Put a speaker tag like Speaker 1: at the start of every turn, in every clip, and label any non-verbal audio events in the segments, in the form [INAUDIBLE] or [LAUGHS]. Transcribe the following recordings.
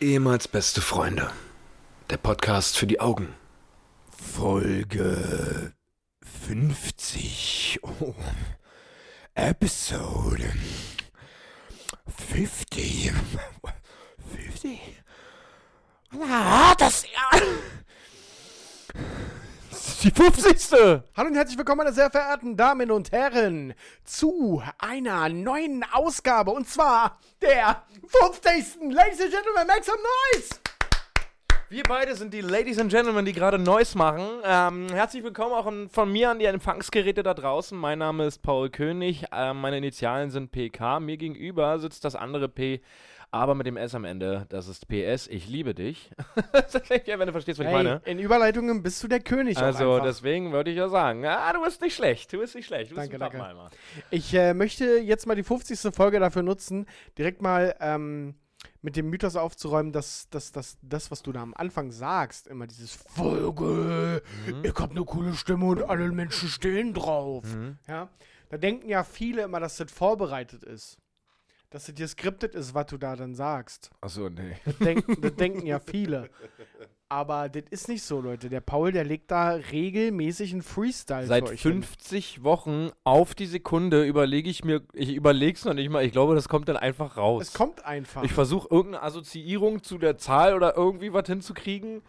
Speaker 1: Ehemals beste Freunde. Der Podcast für die Augen.
Speaker 2: Folge 50. Oh. Episode 50. 50? Ah, das. Die 50.
Speaker 3: Hallo und herzlich willkommen, meine sehr verehrten Damen und Herren, zu einer neuen Ausgabe und zwar der 50. Ladies and Gentlemen, make some noise!
Speaker 2: Wir beide sind die Ladies and Gentlemen, die gerade Neues machen. Ähm, herzlich willkommen auch an, von mir an die Empfangsgeräte da draußen. Mein Name ist Paul König. Ähm, meine Initialen sind PK. Mir gegenüber sitzt das andere P, aber mit dem S am Ende. Das ist PS. Ich liebe dich. [LAUGHS] ja, wenn du verstehst, was ich meine.
Speaker 3: in Überleitungen bist du der König. auch
Speaker 2: Also
Speaker 3: einfach.
Speaker 2: deswegen würde ich ja sagen, ah, du bist nicht schlecht, du bist nicht schlecht, du bist
Speaker 3: Danke,
Speaker 2: ein
Speaker 3: danke.
Speaker 2: Pappenheimer.
Speaker 3: ich äh, möchte jetzt mal die 50. Folge dafür nutzen, direkt mal ähm, mit dem Mythos aufzuräumen, dass, dass, dass das, was du da am Anfang sagst, immer dieses Folge,
Speaker 2: Mhm.
Speaker 3: ich hab eine coole Stimme und alle Menschen stehen drauf.
Speaker 2: Mhm.
Speaker 3: Ja? Da denken ja viele immer, dass das vorbereitet ist. Dass das dir skriptet ist, was du da dann sagst.
Speaker 2: Achso, nee.
Speaker 3: Das
Speaker 2: [LAUGHS]
Speaker 3: denken, das denken ja viele. Aber das ist nicht so, Leute. Der Paul, der legt da regelmäßig einen Freestyle
Speaker 2: Seit
Speaker 3: für euch hin.
Speaker 2: 50 Wochen auf die Sekunde überlege ich mir, ich überlege es noch nicht mal, ich glaube, das kommt dann einfach raus.
Speaker 3: Es kommt einfach.
Speaker 2: ich versuche irgendeine Assoziierung zu der Zahl oder irgendwie was hinzukriegen.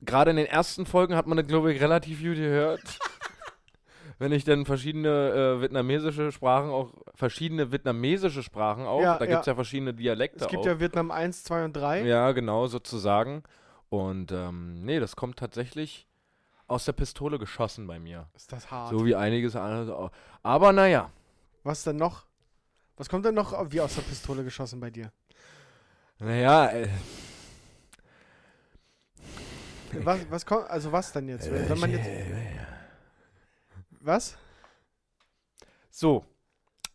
Speaker 2: Gerade in den ersten Folgen hat man das, glaube ich, relativ gut gehört.
Speaker 3: [LAUGHS]
Speaker 2: Wenn ich dann verschiedene äh, vietnamesische Sprachen auch, verschiedene vietnamesische Sprachen auch,
Speaker 3: Ja,
Speaker 2: da
Speaker 3: ja.
Speaker 2: gibt es ja verschiedene Dialekte
Speaker 3: es gibt
Speaker 2: auch.
Speaker 3: ja Vietnam 1, 2 und 3.
Speaker 2: Ja, genau, sozusagen. Und ähm, nee, das kommt tatsächlich aus der Pistole geschossen bei mir.
Speaker 3: Ist das hart.
Speaker 2: So wie einiges andere. auch. Aber naja,
Speaker 3: Was denn noch? Was kommt denn noch wie aus der Pistole geschossen bei dir?
Speaker 2: naja, äh,
Speaker 3: Was, was kommt, also was denn jetzt? Wenn, wenn man jetzt. Was?
Speaker 2: so.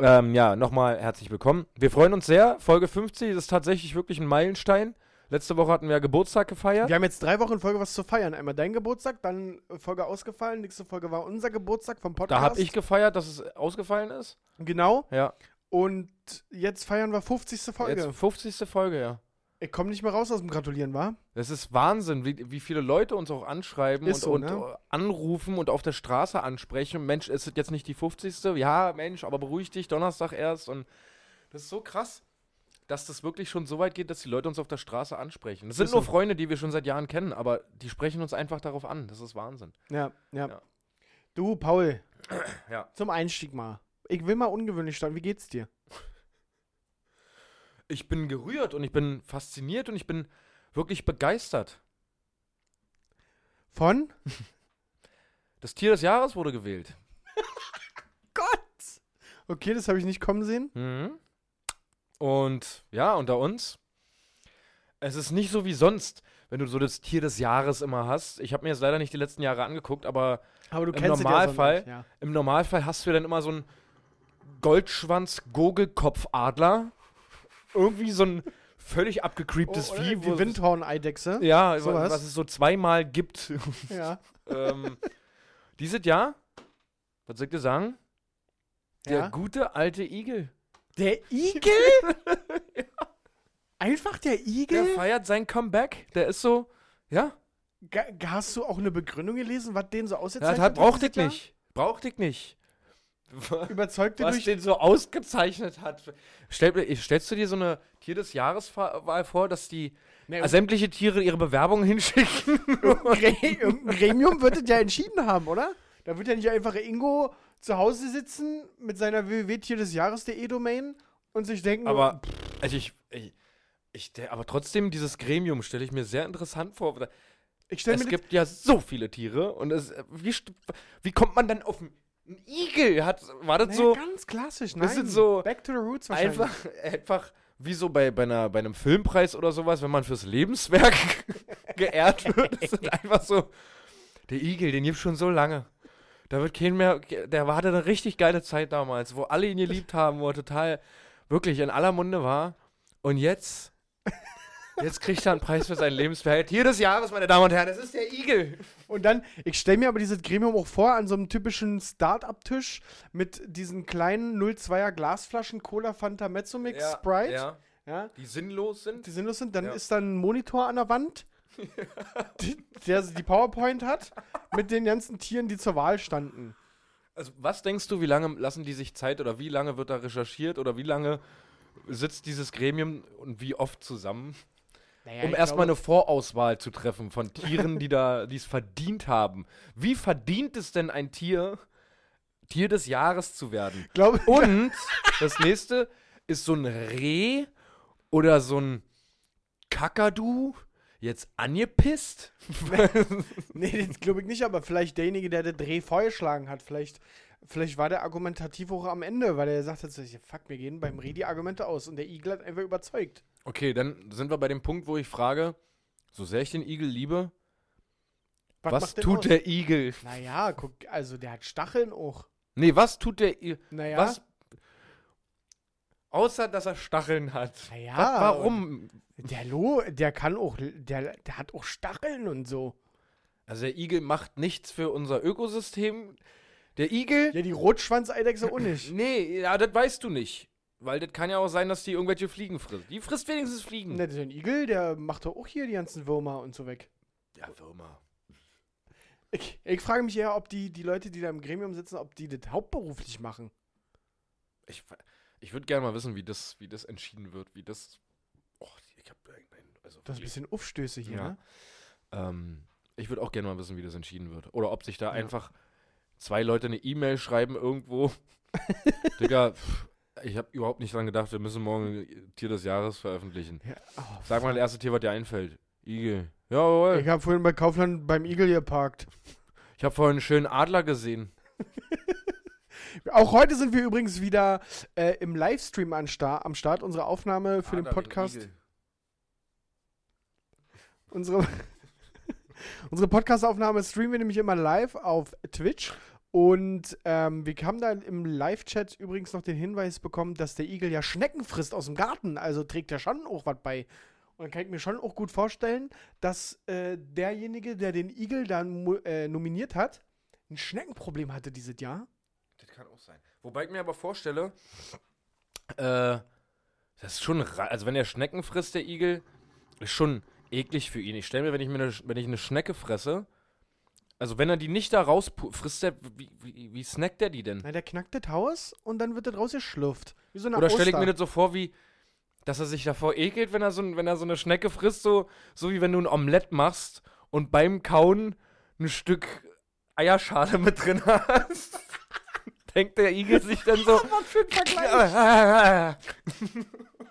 Speaker 2: Ähm, ja, nochmal herzlich willkommen. Wir freuen uns sehr. Folge 50 ist tatsächlich wirklich ein Meilenstein. Letzte Woche hatten wir ja Geburtstag gefeiert.
Speaker 3: Wir haben jetzt drei Wochen in Folge was zu feiern. Einmal dein Geburtstag, dann äh, Folge ausgefallen, nächste Folge war unser Geburtstag vom Podcast.
Speaker 2: da habe ich gefeiert, dass es ausgefallen ist.
Speaker 3: Genau.
Speaker 2: Ja,
Speaker 3: Und jetzt feiern wir 50. Folge.
Speaker 2: jetzt 50. Folge, ja.
Speaker 3: Ich komme nicht mehr raus aus dem Gratulieren, wa?
Speaker 2: Das ist Wahnsinn, wie, wie viele Leute uns auch anschreiben
Speaker 3: Ist
Speaker 2: und,
Speaker 3: so,
Speaker 2: und
Speaker 3: ne?
Speaker 2: äh, anrufen und auf der Straße ansprechen. Mensch, ist es jetzt nicht die 50. Ja, Mensch, aber beruhig dich, Donnerstag erst. Und das ist so krass, dass das wirklich schon so weit geht, dass die Leute uns auf der Straße ansprechen. Das sind
Speaker 3: Ist
Speaker 2: nur
Speaker 3: so.
Speaker 2: Freunde, die wir schon seit Jahren kennen, aber die sprechen uns einfach darauf an. Das ist Wahnsinn.
Speaker 3: Ja, ja.
Speaker 2: Ja.
Speaker 3: Du, Paul.
Speaker 2: Ja.
Speaker 3: Zum Einstieg mal. Ich will mal ungewöhnlich starten. Wie geht's dir?
Speaker 2: Ich bin gerührt und ich bin fasziniert und ich bin wirklich begeistert.
Speaker 3: Von?
Speaker 2: Das Tier des Jahres wurde gewählt.
Speaker 3: Gott! Okay, das habe ich nicht kommen sehen.
Speaker 2: Mhm. Und ja, unter uns. Es ist nicht so wie sonst, wenn du so das Tier des Jahres immer hast. Ich habe mir jetzt leider nicht die letzten Jahre angeguckt, aber
Speaker 3: Aber du
Speaker 2: Im
Speaker 3: kennst es
Speaker 2: Normalfall-
Speaker 3: Ja, sonderlich,
Speaker 2: im Normalfall hast du dann immer so einen Goldschwanz-Gogelkopfadler. Irgendwie so ein völlig abgecreeptes
Speaker 3: ja.
Speaker 2: Vieh.
Speaker 3: Oh, halt die Windhorn-Eidechse.
Speaker 2: Ja,
Speaker 3: Sowas.
Speaker 2: was, was es so zweimal gibt.
Speaker 3: Ja.
Speaker 2: ähm, dieses Jahr, was soll ich dir sagen? Der
Speaker 3: Ja.
Speaker 2: gute alte Igel.
Speaker 3: Der Igel? [LAUGHS] Einfach der
Speaker 2: Der
Speaker 3: Igel?
Speaker 2: feiert sein Comeback. Der ist so, ja,
Speaker 3: Ga- ga- hast du auch eine Begründung gelesen, was den so
Speaker 2: Ja,
Speaker 3: ausgezeichnet
Speaker 2: das hat, braucht
Speaker 3: dieses
Speaker 2: ich
Speaker 3: Jahr?
Speaker 2: nicht. Braucht
Speaker 3: [LAUGHS]
Speaker 2: ich nicht. Wa-
Speaker 3: Überzeugt dich
Speaker 2: Was
Speaker 3: durch.
Speaker 2: den so ausgezeichnet hat. Stell, ich- stellst du dir so eine Tier des Jahreswahl vor, dass die
Speaker 3: Nee,
Speaker 2: äh, sämtliche Tiere ihre Bewerbungen [LAUGHS] hinschicken?
Speaker 3: Grä- Irgendein [LAUGHS] Gremium wird das ja entschieden haben, oder? Da wird ja nicht einfach Ingo zu Hause sitzen mit seiner www-Tier des Jahres.de Domain und sich denken, [LAUGHS]
Speaker 2: aber also ich, ich, ich der, aber trotzdem dieses Gremium stelle ich mir sehr interessant vor.
Speaker 3: ich stelle
Speaker 2: Es
Speaker 3: mir das-
Speaker 2: gibt ja so viele Tiere und es, äh, wie, st- wie kommt man dann auf einen einen Igel? Hat war das
Speaker 3: naja,
Speaker 2: so
Speaker 3: ganz klassisch, nein.
Speaker 2: bisschen so
Speaker 3: Back to the Roots wahrscheinlich.
Speaker 2: einfach [LAUGHS] einfach wie so bei, bei, einer, bei einem Filmpreis oder sowas, wenn man fürs Lebenswerk [LAUGHS] geehrt wird. Das sind einfach so, der Igel, den gibt's schon so lange. Da wird kein mehr, der hatte eine richtig geile Zeit damals, wo alle ihn geliebt haben, wo er total wirklich in aller Munde war. Und jetzt, jetzt kriegt er einen Preis für sein Lebenswerk. Hier des Jahres, meine Damen und Herren, das ist der Igel.
Speaker 3: Und dann, ich stelle mir aber dieses Gremium auch vor, an so einem typischen Start-up-Tisch mit diesen kleinen 02er Glasflaschen Cola Fanta Mezzomix Sprite. Ja. ja,
Speaker 2: die sinnlos sind.
Speaker 3: die sinnlos sind. Dann
Speaker 2: Ja.
Speaker 3: ist dann ein Monitor an der
Speaker 2: [LAUGHS]
Speaker 3: Wand, die, der die PowerPoint hat, mit den ganzen Tieren, die zur Wahl standen.
Speaker 2: Also, was denkst du, wie lange lassen die sich Zeit oder wie lange wird da recherchiert oder wie lange sitzt dieses Gremium und wie oft zusammen,
Speaker 3: Naja,
Speaker 2: um
Speaker 3: ich
Speaker 2: erstmal
Speaker 3: glaube-
Speaker 2: eine Vorauswahl zu treffen von Tieren, die da die es verdient haben? Wie verdient es denn ein Tier, Tier des Jahres zu werden?
Speaker 3: Glaub,
Speaker 2: Und das nächste ist so ein Reh oder so ein Kakadu jetzt angepisst. Oh.
Speaker 3: [LAUGHS] nee, das glaube ich nicht, aber vielleicht derjenige, der den Dreh vorgeschlagen hat, vielleicht, vielleicht war der argumentativ auch am Ende, weil er sagt hat, so, fuck, mir gehen beim Reh die Argumente aus und der Igel hat einfach überzeugt.
Speaker 2: Okay, dann sind wir bei dem Punkt, wo ich frage, so sehr ich den Igel liebe, was,
Speaker 3: macht denn
Speaker 2: tut
Speaker 3: aus?
Speaker 2: der Igel?
Speaker 3: Naja, guck, also der hat Stacheln auch.
Speaker 2: Nee, was tut der Igel?
Speaker 3: Naja.
Speaker 2: Was? Außer, dass er Stacheln hat.
Speaker 3: Naja,
Speaker 2: Wa- Warum?
Speaker 3: Der Lo, der kann auch, der, der hat auch Stacheln und so.
Speaker 2: Also der Igel macht nichts für unser Ökosystem. Der Igel?
Speaker 3: Ja, die Rotschwanzeidechse auch
Speaker 2: [LAUGHS]
Speaker 3: nicht.
Speaker 2: Nee, ja, das weißt du nicht. Weil das kann ja auch sein, dass die irgendwelche Fliegen frisst. Die frisst wenigstens Fliegen.
Speaker 3: Na, so ein Igel, der macht doch auch hier die ganzen Würmer und so weg.
Speaker 2: Ja, Würmer.
Speaker 3: Ich, ich frage mich eher, ob die, die Leute, die da im Gremium sitzen, ob die das hauptberuflich machen.
Speaker 2: Ich, ich würde gerne mal wissen, wie das, wie das entschieden wird, wie das. Och, ich hab irgendein. Also
Speaker 3: Das ist ein bisschen Aufstöße hier,
Speaker 2: Ja.
Speaker 3: ne?
Speaker 2: ähm, ich würde auch gerne mal wissen, wie das entschieden wird. Oder ob sich da
Speaker 3: Ja.
Speaker 2: einfach zwei Leute eine E-Mail
Speaker 3: [LAUGHS]
Speaker 2: schreiben irgendwo. Digga, pff, ich habe überhaupt nicht dran gedacht, wir müssen morgen Tier des Jahres veröffentlichen.
Speaker 3: Ja, oh,
Speaker 2: Sag mal das erste Tier, was dir einfällt. Igel. Jawohl.
Speaker 3: Ich habe vorhin bei Kaufland beim Igel geparkt.
Speaker 2: Ich habe vorhin einen schönen Adler gesehen.
Speaker 3: Auch heute sind wir übrigens wieder äh, im Livestream an Sta am Start. Unsere Aufnahme
Speaker 2: Ah,
Speaker 3: für den Podcast. Unsere, [LAUGHS] unsere Podcast-Aufnahme streamen wir nämlich immer live auf Twitch. Und ähm, wir haben da im Live-Chat übrigens noch den Hinweis bekommen, dass der Igel ja Schnecken frisst aus dem Garten. Also trägt er schon auch was bei. Und dann kann ich mir schon auch gut vorstellen, dass äh, derjenige, der den Igel dann mu- äh, nominiert hat, ein Schneckenproblem hatte dieses Jahr.
Speaker 2: Das kann auch sein. Wobei ich mir aber vorstelle, äh, das ist schon, ra- also wenn er Schnecken frisst, der Igel, ist schon eklig für ihn. Ich stelle mir, wenn ich mir eine, Sch- wenn ich eine Schnecke fresse, also wenn er die nicht da raus frisst, der, wie, wie, wie snackt er die denn?
Speaker 3: Na, der knackt das Haus und dann wird das rausgeschlürft. Wie so eine
Speaker 2: Oder stelle ich
Speaker 3: Oster.
Speaker 2: mir das so vor, wie, dass er sich davor ekelt, wenn er so, ein- wenn er so eine Schnecke frisst, so, so wie wenn du ein Omelett machst und beim Kauen ein Stück Eierschale mit drin [LAUGHS] hast. Denkt der Igel sich dann so,
Speaker 3: Was für ein Vergleich.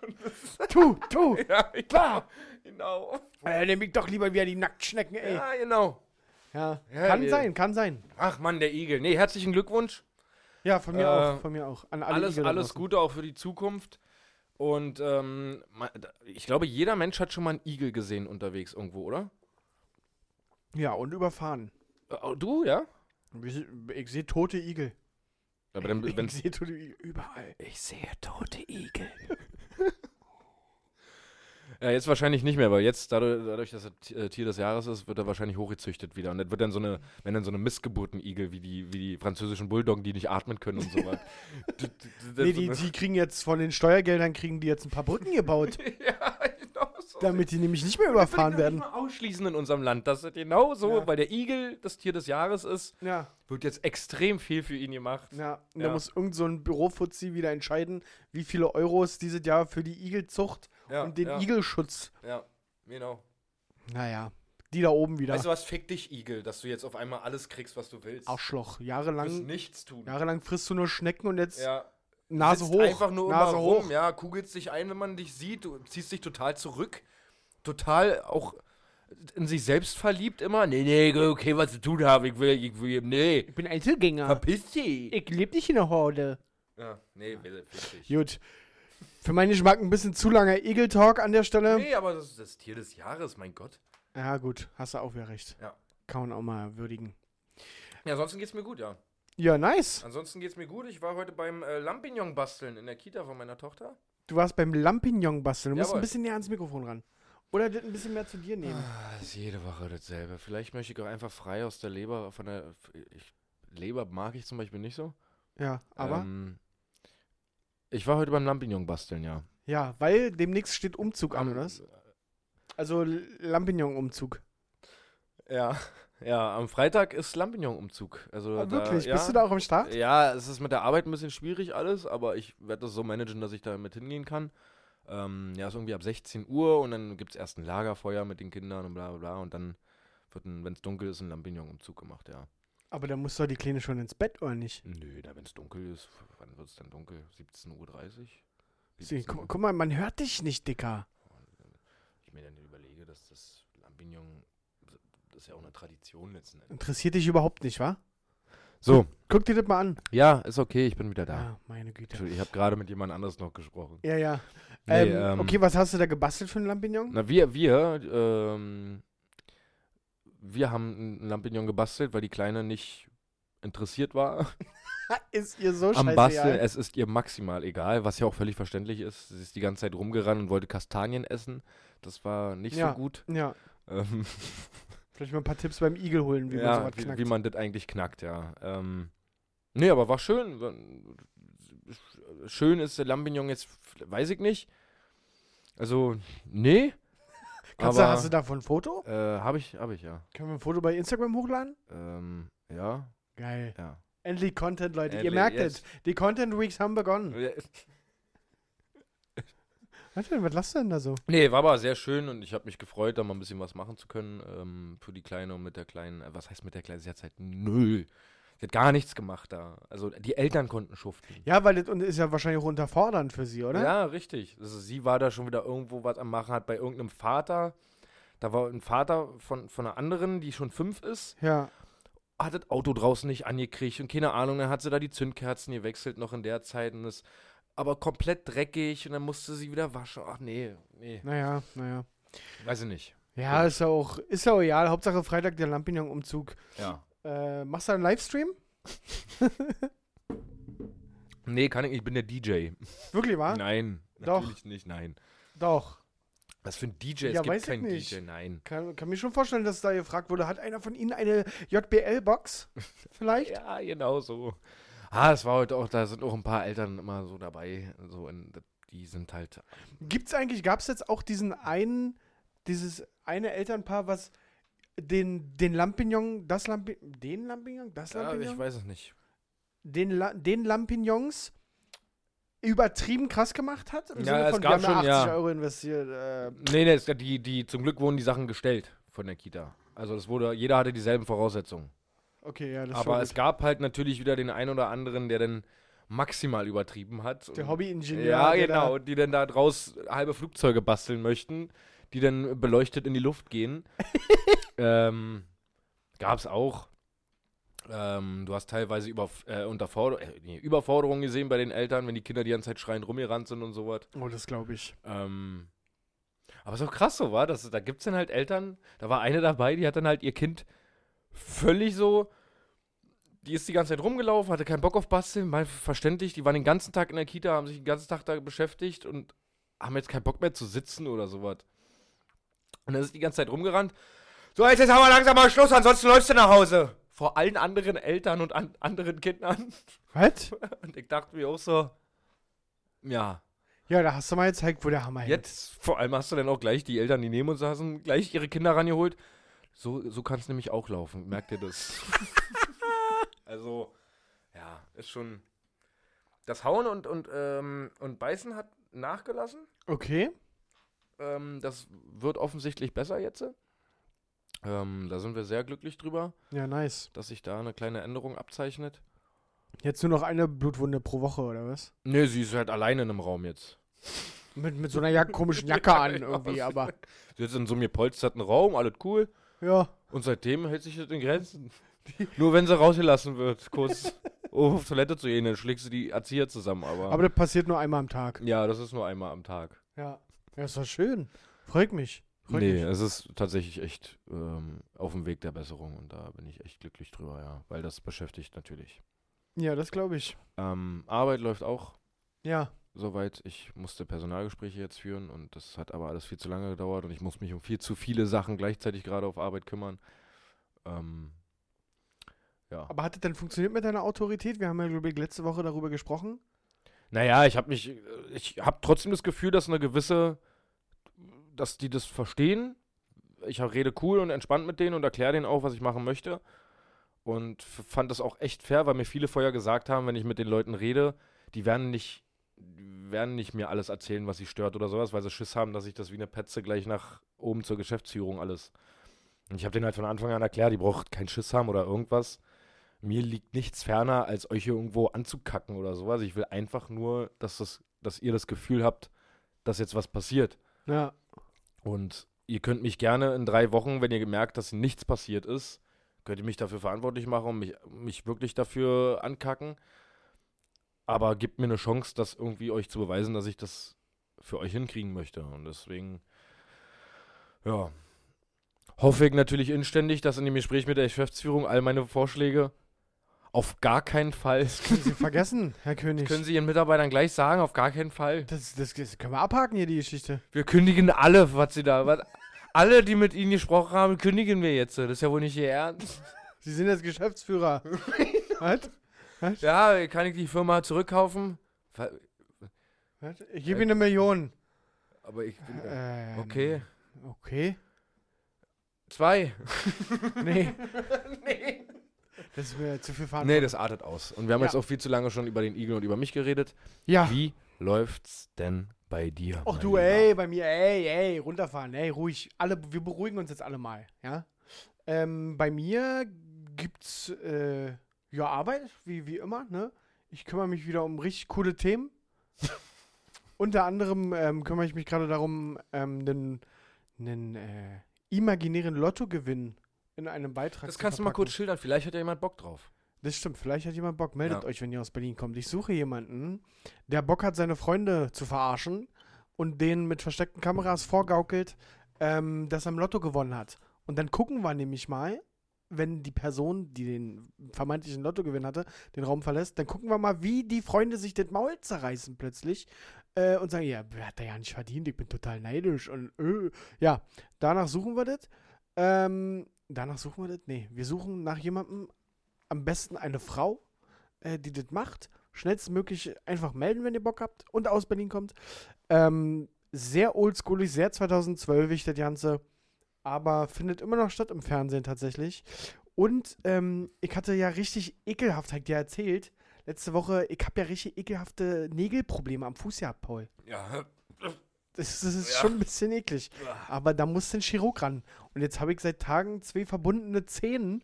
Speaker 2: [LAUGHS] Ja,
Speaker 3: tu, tu.
Speaker 2: genau. genau.
Speaker 3: Äh, nehm ich doch lieber wieder die Nacktschnecken, ey.
Speaker 2: Ja, genau.
Speaker 3: Ja,
Speaker 2: Ja,
Speaker 3: kann
Speaker 2: wir-
Speaker 3: sein, kann sein.
Speaker 2: Ach Mann, der Igel. Nee, herzlichen Glückwunsch.
Speaker 3: Ja, von mir
Speaker 2: Äh,
Speaker 3: auch, von mir auch. An alle
Speaker 2: Alles,
Speaker 3: Igel da
Speaker 2: alles
Speaker 3: draußen.
Speaker 2: Gute auch für die Zukunft. Und ähm, ma- da- ich glaube, jeder Mensch hat schon mal einen Igel gesehen unterwegs irgendwo, oder?
Speaker 3: Ja, und überfahren.
Speaker 2: Äh, oh, du, ja?
Speaker 3: Ich, ich sehe tote Igel.
Speaker 2: Aber
Speaker 3: [LAUGHS]
Speaker 2: dann,
Speaker 3: ich
Speaker 2: wenn's,
Speaker 3: sehe tote Igel überall.
Speaker 2: ich sehe tote Igel. ja, jetzt wahrscheinlich nicht mehr, weil jetzt, dadurch, dadurch dass er T- äh, Tier des Jahres ist, wird er wahrscheinlich hochgezüchtet wieder. Und das wird dann so eine, wenn dann so eine Missgeburten-Igel, wie die, wie die französischen Bulldoggen, die nicht atmen können und
Speaker 3: [LAUGHS]
Speaker 2: so [LAUGHS] was. D- d- d-
Speaker 3: Nee,
Speaker 2: so
Speaker 3: die,
Speaker 2: eine-
Speaker 3: die kriegen jetzt von den Steuergeldern kriegen die jetzt ein paar Brücken gebaut,
Speaker 2: [LAUGHS] ja, genau so.
Speaker 3: damit die nämlich nicht mehr
Speaker 2: Das will ich
Speaker 3: überfahren
Speaker 2: noch
Speaker 3: werden.
Speaker 2: nicht mal ausschließen in unserem Land, dass es genau so,
Speaker 3: Ja.
Speaker 2: weil der Igel das Tier des Jahres ist,
Speaker 3: Ja,
Speaker 2: wird jetzt extrem viel für ihn gemacht.
Speaker 3: ja. Und da
Speaker 2: Ja.
Speaker 3: muss irgend so ein Bürofuzzi wieder entscheiden, wie viele Euros dieses Jahr für die Igelzucht
Speaker 2: Ja,
Speaker 3: und den
Speaker 2: ja,
Speaker 3: Igelschutz.
Speaker 2: Ja, genau.
Speaker 3: Naja, die da oben wieder.
Speaker 2: Weißt du was, fick dich, Igel, dass du jetzt auf einmal alles kriegst, was du willst.
Speaker 3: Arschloch.
Speaker 2: du wirst
Speaker 3: Jahrelang,
Speaker 2: nichts tun.
Speaker 3: jahrelang frisst du nur Schnecken und jetzt
Speaker 2: Ja.
Speaker 3: Nase
Speaker 2: Sitzt
Speaker 3: hoch.
Speaker 2: einfach nur
Speaker 3: Nase
Speaker 2: immer
Speaker 3: hoch.
Speaker 2: rum, ja, kugelst dich ein, wenn man dich sieht, du ziehst dich total zurück, total auch in sich selbst verliebt immer. Nee, nee, okay, was zu tun habe, ich will, ich will, nee,
Speaker 3: Ich bin Einzelgänger.
Speaker 2: verpiss dich.
Speaker 3: Ich lebe nicht in der Horde.
Speaker 2: Ja, nee, fick dich.
Speaker 3: Gut. Für meinen Geschmack ein bisschen zu langer Igel-Talk an der Stelle.
Speaker 2: Nee, aber das ist das Tier des Jahres, mein Gott.
Speaker 3: Ja, gut. Hast du auch wieder recht.
Speaker 2: Ja.
Speaker 3: Kann man auch mal würdigen.
Speaker 2: Ja, ansonsten geht's mir gut, ja.
Speaker 3: Ja, nice.
Speaker 2: Ansonsten geht's mir gut. Ich war heute beim äh, Lampignon-Basteln in der Kita von meiner Tochter.
Speaker 3: Du warst beim Lampignon-Basteln. Du musst ein
Speaker 2: Jawohl.
Speaker 3: bisschen näher ans Mikrofon ran. Oder das ein bisschen mehr zu dir nehmen.
Speaker 2: Das ist jede Woche dasselbe. Vielleicht möchte ich auch einfach frei aus der Leber, von der. Ich, Leber mag ich zum Beispiel nicht so.
Speaker 3: Ja, aber.
Speaker 2: Ähm, ich war heute beim Lampignon-Basteln, ja.
Speaker 3: Ja, weil demnächst steht Umzug an,
Speaker 2: Am-
Speaker 3: oder? was? Also Lampignon-Umzug.
Speaker 2: Ja, [LAUGHS] ja, am Freitag ist Lampignon-Umzug. Also
Speaker 3: Ah,
Speaker 2: da,
Speaker 3: wirklich?
Speaker 2: ja,
Speaker 3: Bist du da auch am Start?
Speaker 2: Ja, es ist mit der Arbeit ein bisschen schwierig alles, aber ich werde das so managen, dass ich da mit hingehen kann. Ähm, ja, ist irgendwie ab 16 Uhr und dann gibt es erst ein Lagerfeuer mit den Kindern und bla bla bla und dann wird, wenn es dunkel ist, ein Lampignon-Umzug gemacht, ja.
Speaker 3: Aber dann muss doch die Kleine schon ins Bett, oder nicht?
Speaker 2: Nö, da wenn es dunkel ist, wann wird es denn dunkel? 17.30 Uhr?
Speaker 3: Sie, guck, guck mal, man hört dich nicht, Dicker.
Speaker 2: Ich mir dann überlege, dass das Lampignon, das ist ja auch eine Tradition letzten Endes.
Speaker 3: Interessiert dich überhaupt nicht, wa?
Speaker 2: So,
Speaker 3: Guck dir das mal an.
Speaker 2: ja, ist okay, ich bin wieder da.
Speaker 3: Ah, meine Güte.
Speaker 2: Entschuldigung, Ich habe gerade mit jemand anders noch gesprochen.
Speaker 3: Ja, ja.
Speaker 2: Nee,
Speaker 3: ähm,
Speaker 2: ähm,
Speaker 3: okay, was hast du da gebastelt für ein Lampignon?
Speaker 2: Na, wir, wir, ähm, wir haben ein Lampignon gebastelt, weil die Kleine nicht interessiert war
Speaker 3: Ist ihr so
Speaker 2: [LAUGHS] am
Speaker 3: Oh, scheißegal?
Speaker 2: Basteln. Es ist ihr maximal egal, was ja auch völlig verständlich ist. Sie ist die ganze Zeit rumgerannt und wollte Kastanien essen. Das war nicht
Speaker 3: Ja.
Speaker 2: so gut.
Speaker 3: Ja,
Speaker 2: Ähm,
Speaker 3: vielleicht mal ein paar Tipps beim Igel holen, wie
Speaker 2: [LAUGHS] ja,
Speaker 3: man sowas
Speaker 2: wie,
Speaker 3: knackt.
Speaker 2: wie man das eigentlich knackt, ja. Ähm, nee, aber war schön. Schön ist der Lampignon jetzt, weiß ich nicht. Also,
Speaker 3: [LAUGHS]
Speaker 2: nee.
Speaker 3: Kannst du,
Speaker 2: aber
Speaker 3: hast du davon ein Foto?
Speaker 2: äh, habe ich, habe ich, ja.
Speaker 3: Können wir ein Foto bei Instagram hochladen?
Speaker 2: Ähm, ja,
Speaker 3: Geil.
Speaker 2: ja.
Speaker 3: Endlich Content, Leute. Ihr
Speaker 2: Endlich,
Speaker 3: merkt
Speaker 2: yes.
Speaker 3: es. Die Content Weeks haben begonnen.
Speaker 2: Hm.
Speaker 3: Was denn? Was lasst du denn da so?
Speaker 2: Nee, war aber sehr schön und ich habe mich gefreut, da mal ein bisschen was machen zu können ähm, für die Kleine und mit der Kleinen. Äh, Was heißt mit der Kleinen? Sie hat halt null. Sie hat gar nichts gemacht da. Also die Eltern konnten schuften.
Speaker 3: Ja, weil das und- ist ja wahrscheinlich auch unterfordernd für sie, oder?
Speaker 2: Ja, richtig. Also, sie war da schon wieder irgendwo was am Machen, hat bei irgendeinem Vater, da war ein Vater von, von einer anderen, die schon fünf ist,
Speaker 3: Ja.
Speaker 2: hat das Auto draußen nicht angekriegt und keine Ahnung, dann hat sie da die Zündkerzen gewechselt noch in der Zeit und ist aber komplett dreckig und dann musste sie wieder waschen. Ach nee, nee.
Speaker 3: Naja, naja.
Speaker 2: Weiß ich nicht.
Speaker 3: Ja, ist ja auch, ist ja auch egal. Hauptsache Freitag der Lampignon-Umzug.
Speaker 2: Ja.
Speaker 3: Äh, machst du einen Livestream?
Speaker 2: Nee, kann ich nicht. Ich bin der DJ.
Speaker 3: Wirklich, wahr?
Speaker 2: Nein.
Speaker 3: Ah, Doch.
Speaker 2: Natürlich nicht, nein.
Speaker 3: Doch.
Speaker 2: Was für ein DJ?
Speaker 3: Ja, weiß
Speaker 2: es gibt
Speaker 3: ich
Speaker 2: keinen
Speaker 3: nicht.
Speaker 2: DJ, nein.
Speaker 3: Kann, kann mir schon vorstellen, dass da gefragt wurde, hat einer von Ihnen eine
Speaker 2: [LAUGHS]
Speaker 3: JBL-Box? Vielleicht?
Speaker 2: Ja, genau so. Ah, es war heute auch, da sind auch ein paar Eltern immer so dabei. So in, die sind halt.
Speaker 3: Gibt's eigentlich, gab's jetzt auch diesen einen, dieses eine Elternpaar, was den, den Lampignon, das Lampignon, den Lampignon, das
Speaker 2: Ja, ah, ich
Speaker 3: Lampignon,
Speaker 2: weiß es nicht.
Speaker 3: den, La den Lampignons übertrieben krass gemacht hat? Im
Speaker 2: Ja,
Speaker 3: Sinne
Speaker 2: es
Speaker 3: von,
Speaker 2: gab
Speaker 3: wir haben
Speaker 2: schon,
Speaker 3: ja 80
Speaker 2: ja.
Speaker 3: Euro investiert. Äh,
Speaker 2: Nee, nee, es, die, die, zum Glück wurden die Sachen gestellt von der Kita. Also das wurde, jeder hatte dieselben Voraussetzungen.
Speaker 3: okay, ja, das ist
Speaker 2: Aber
Speaker 3: schon
Speaker 2: es
Speaker 3: gut.
Speaker 2: gab halt natürlich wieder den einen oder anderen, der dann maximal übertrieben hat.
Speaker 3: Der
Speaker 2: Und-
Speaker 3: Hobbyingenieur.
Speaker 2: Ja,
Speaker 3: der
Speaker 2: genau. Die dann da draus halbe Flugzeuge basteln möchten, die dann beleuchtet in die Luft gehen. ähm, gab's auch. Ähm, du hast teilweise über, äh, Unterforder äh, nee, Überforderung gesehen bei den Eltern, wenn die Kinder die ganze Zeit schreiend rumgerannt sind und sowas.
Speaker 3: Da, [LAUGHS] oh, das glaube ich.
Speaker 2: Ähm, aber ist auch krass so, war das? Da gibt's dann halt Eltern, da war eine dabei, die hat dann halt ihr Kind völlig so. Die ist die ganze Zeit rumgelaufen, hatte keinen Bock auf Basteln, mal verständlich. Die waren den ganzen Tag in der Kita, haben sich den ganzen Tag da beschäftigt und haben jetzt keinen Bock mehr zu sitzen oder sowas. Und dann ist die ganze Zeit rumgerannt. So, jetzt, jetzt haben wir langsam mal Schluss, ansonsten läufst du nach Hause. Vor allen anderen Eltern und an anderen Kindern. [LAUGHS]
Speaker 3: Was?
Speaker 2: Und ich dachte mir auch so, ja,
Speaker 3: Ja, da hast du mal gezeigt, wo der Hammer hängt.
Speaker 2: Jetzt, vor allem hast du dann auch gleich die Eltern, die neben uns saßen, gleich ihre Kinder rangeholt. So, so kann es nämlich auch laufen, merkt
Speaker 3: [LAUGHS]
Speaker 2: ihr das? also, ja, ist schon. Das Hauen und, und, ähm, und Beißen hat nachgelassen.
Speaker 3: Okay.
Speaker 2: Ähm, das wird offensichtlich besser jetzt. Ähm, da sind wir sehr glücklich drüber,
Speaker 3: Ja, nice.
Speaker 2: dass sich da eine kleine Änderung abzeichnet.
Speaker 3: Jetzt nur noch eine Blutwunde pro Woche, oder was?
Speaker 2: Nee, sie ist halt alleine in einem Raum jetzt.
Speaker 3: Mit, mit so einer
Speaker 2: [LAUGHS]
Speaker 3: ja- komischen Jacke an irgendwie,
Speaker 2: ja, [LAUGHS]
Speaker 3: aber.
Speaker 2: Sie ist in so einem gepolsterten Raum, alles cool.
Speaker 3: Ja.
Speaker 2: Und seitdem hält sich das in Grenzen. Nur wenn sie rausgelassen wird, kurz [LAUGHS] um auf Toilette zu gehen, dann schlägst du die Erzieher zusammen. Aber,
Speaker 3: Aber das passiert nur einmal am Tag.
Speaker 2: ja, das ist nur einmal am Tag.
Speaker 3: Ja. Ja, ist doch schön. Freut mich. Freut
Speaker 2: nee,
Speaker 3: mich.
Speaker 2: es ist tatsächlich echt ähm, auf dem Weg der Besserung und da bin ich echt glücklich drüber, ja. Weil das beschäftigt natürlich.
Speaker 3: Ja, das glaube ich.
Speaker 2: Ähm, Arbeit läuft auch
Speaker 3: Ja.
Speaker 2: soweit. Ich musste Personalgespräche jetzt führen und das hat aber alles viel zu lange gedauert und ich muss mich um viel zu viele Sachen gleichzeitig gerade auf Arbeit kümmern. Ähm, ja.
Speaker 3: Aber hat das denn funktioniert mit deiner Autorität? Wir haben ja, glaube ich, letzte Woche darüber gesprochen.
Speaker 2: Naja, ich habe mich, äh, ich habe trotzdem das Gefühl, dass eine gewisse, dass die das verstehen. Ich hab- rede cool und entspannt mit denen und erkläre denen auch, was ich machen möchte. Und f- fand das auch echt fair, weil mir viele vorher gesagt haben, wenn ich mit den Leuten rede, die werden nicht, die werden nicht mir alles erzählen, was sie stört oder sowas, weil sie Schiss haben, dass ich das wie eine Petze gleich nach oben zur Geschäftsführung alles. Und ich habe denen halt von Anfang an erklärt, die braucht keinen Schiss haben oder irgendwas mir liegt nichts ferner, als euch hier irgendwo anzukacken oder sowas. Ich will einfach nur, dass, das, dass ihr das Gefühl habt, dass jetzt was passiert.
Speaker 3: Ja.
Speaker 2: Und ihr könnt mich gerne in drei Wochen, wenn ihr gemerkt, dass nichts passiert ist, könnt ihr mich dafür verantwortlich machen und mich, mich wirklich dafür ankacken. Aber gebt mir eine Chance, das irgendwie euch zu beweisen, dass ich das für euch hinkriegen möchte. Und deswegen, ja, hoffe ich natürlich inständig, dass in dem Gespräch mit der Geschäftsführung all meine Vorschläge auf gar keinen Fall, [LAUGHS]
Speaker 3: Können Sie vergessen, Herr König.
Speaker 2: können Sie Ihren Mitarbeitern gleich sagen, auf gar keinen Fall.
Speaker 3: das, das, das können wir abhaken hier, die Geschichte.
Speaker 2: Wir kündigen alle, was sie da. Was, alle, die mit ihnen gesprochen haben, kündigen wir jetzt. Das ist ja wohl nicht ihr Ernst.
Speaker 3: Sie sind jetzt
Speaker 2: [LAUGHS]
Speaker 3: Geschäftsführer. Was?
Speaker 2: Ja, kann ich die Firma zurückkaufen? Wa-
Speaker 3: Was? Ich gebe Ihnen eine Million.
Speaker 2: Aber ich bin. äh,
Speaker 3: Ähm,
Speaker 2: Okay.
Speaker 3: Okay.
Speaker 2: Zwei. [LAUGHS]
Speaker 3: Nee. Das ist mir zu viel Verantwortung.
Speaker 2: Nee, das artet aus. Und wir haben
Speaker 3: Ja.
Speaker 2: jetzt auch viel zu lange schon über den Igel und über mich geredet.
Speaker 3: Ja.
Speaker 2: Wie läuft's denn bei dir?
Speaker 3: Och
Speaker 2: mein
Speaker 3: du,
Speaker 2: Lieber?
Speaker 3: ey, bei mir, ey, ey, runterfahren, ey, ruhig. Alle, wir beruhigen uns jetzt alle mal, ja. Ähm, bei mir gibt's äh, ja Arbeit, wie, wie immer, ne? Ich kümmere mich wieder um richtig coole
Speaker 2: [LAUGHS]
Speaker 3: Themen. Unter anderem ähm, kümmere ich mich gerade darum, ähm, einen, einen äh, imaginären Lottogewinn in einem Beitrag
Speaker 2: Das
Speaker 3: zu
Speaker 2: kannst du mal
Speaker 3: verpacken.
Speaker 2: kurz schildern. Vielleicht hat ja jemand Bock drauf.
Speaker 3: Das stimmt, vielleicht hat jemand Bock. Meldet
Speaker 2: Ja.
Speaker 3: euch, wenn ihr aus Berlin kommt. Ich suche jemanden, der Bock hat, seine Freunde zu verarschen und denen mit versteckten Kameras vorgaukelt, ähm, dass er im Lotto gewonnen hat. Und dann gucken wir nämlich mal, wenn die Person, die den vermeintlichen Lottogewinn hatte, den Raum verlässt, dann gucken wir mal, wie die Freunde sich den Maul zerreißen plötzlich äh, und sagen, ja, hat er ja nicht verdient, ich bin total neidisch und öh. Ja, danach suchen wir das. Ähm, danach suchen wir das? Nee, wir suchen nach jemandem, am besten eine Frau, äh, die das macht. Schnellstmöglich einfach melden, wenn ihr Bock habt und aus Berlin kommt. Ähm, sehr oldschoolig, sehr 2012 das Ganze, aber findet immer noch statt im Fernsehen tatsächlich. Und ähm, ich hatte ja richtig ekelhaft, hab ich dir erzählt, letzte Woche, ich habe ja richtig ekelhafte Nägelprobleme am Fuß gehabt, Paul.
Speaker 2: Ja.
Speaker 3: Das, das ist
Speaker 2: Ja.
Speaker 3: schon ein bisschen eklig. Aber da muss ein Chirurg ran. Und jetzt habe ich seit Tagen zwei verbundene Zähne.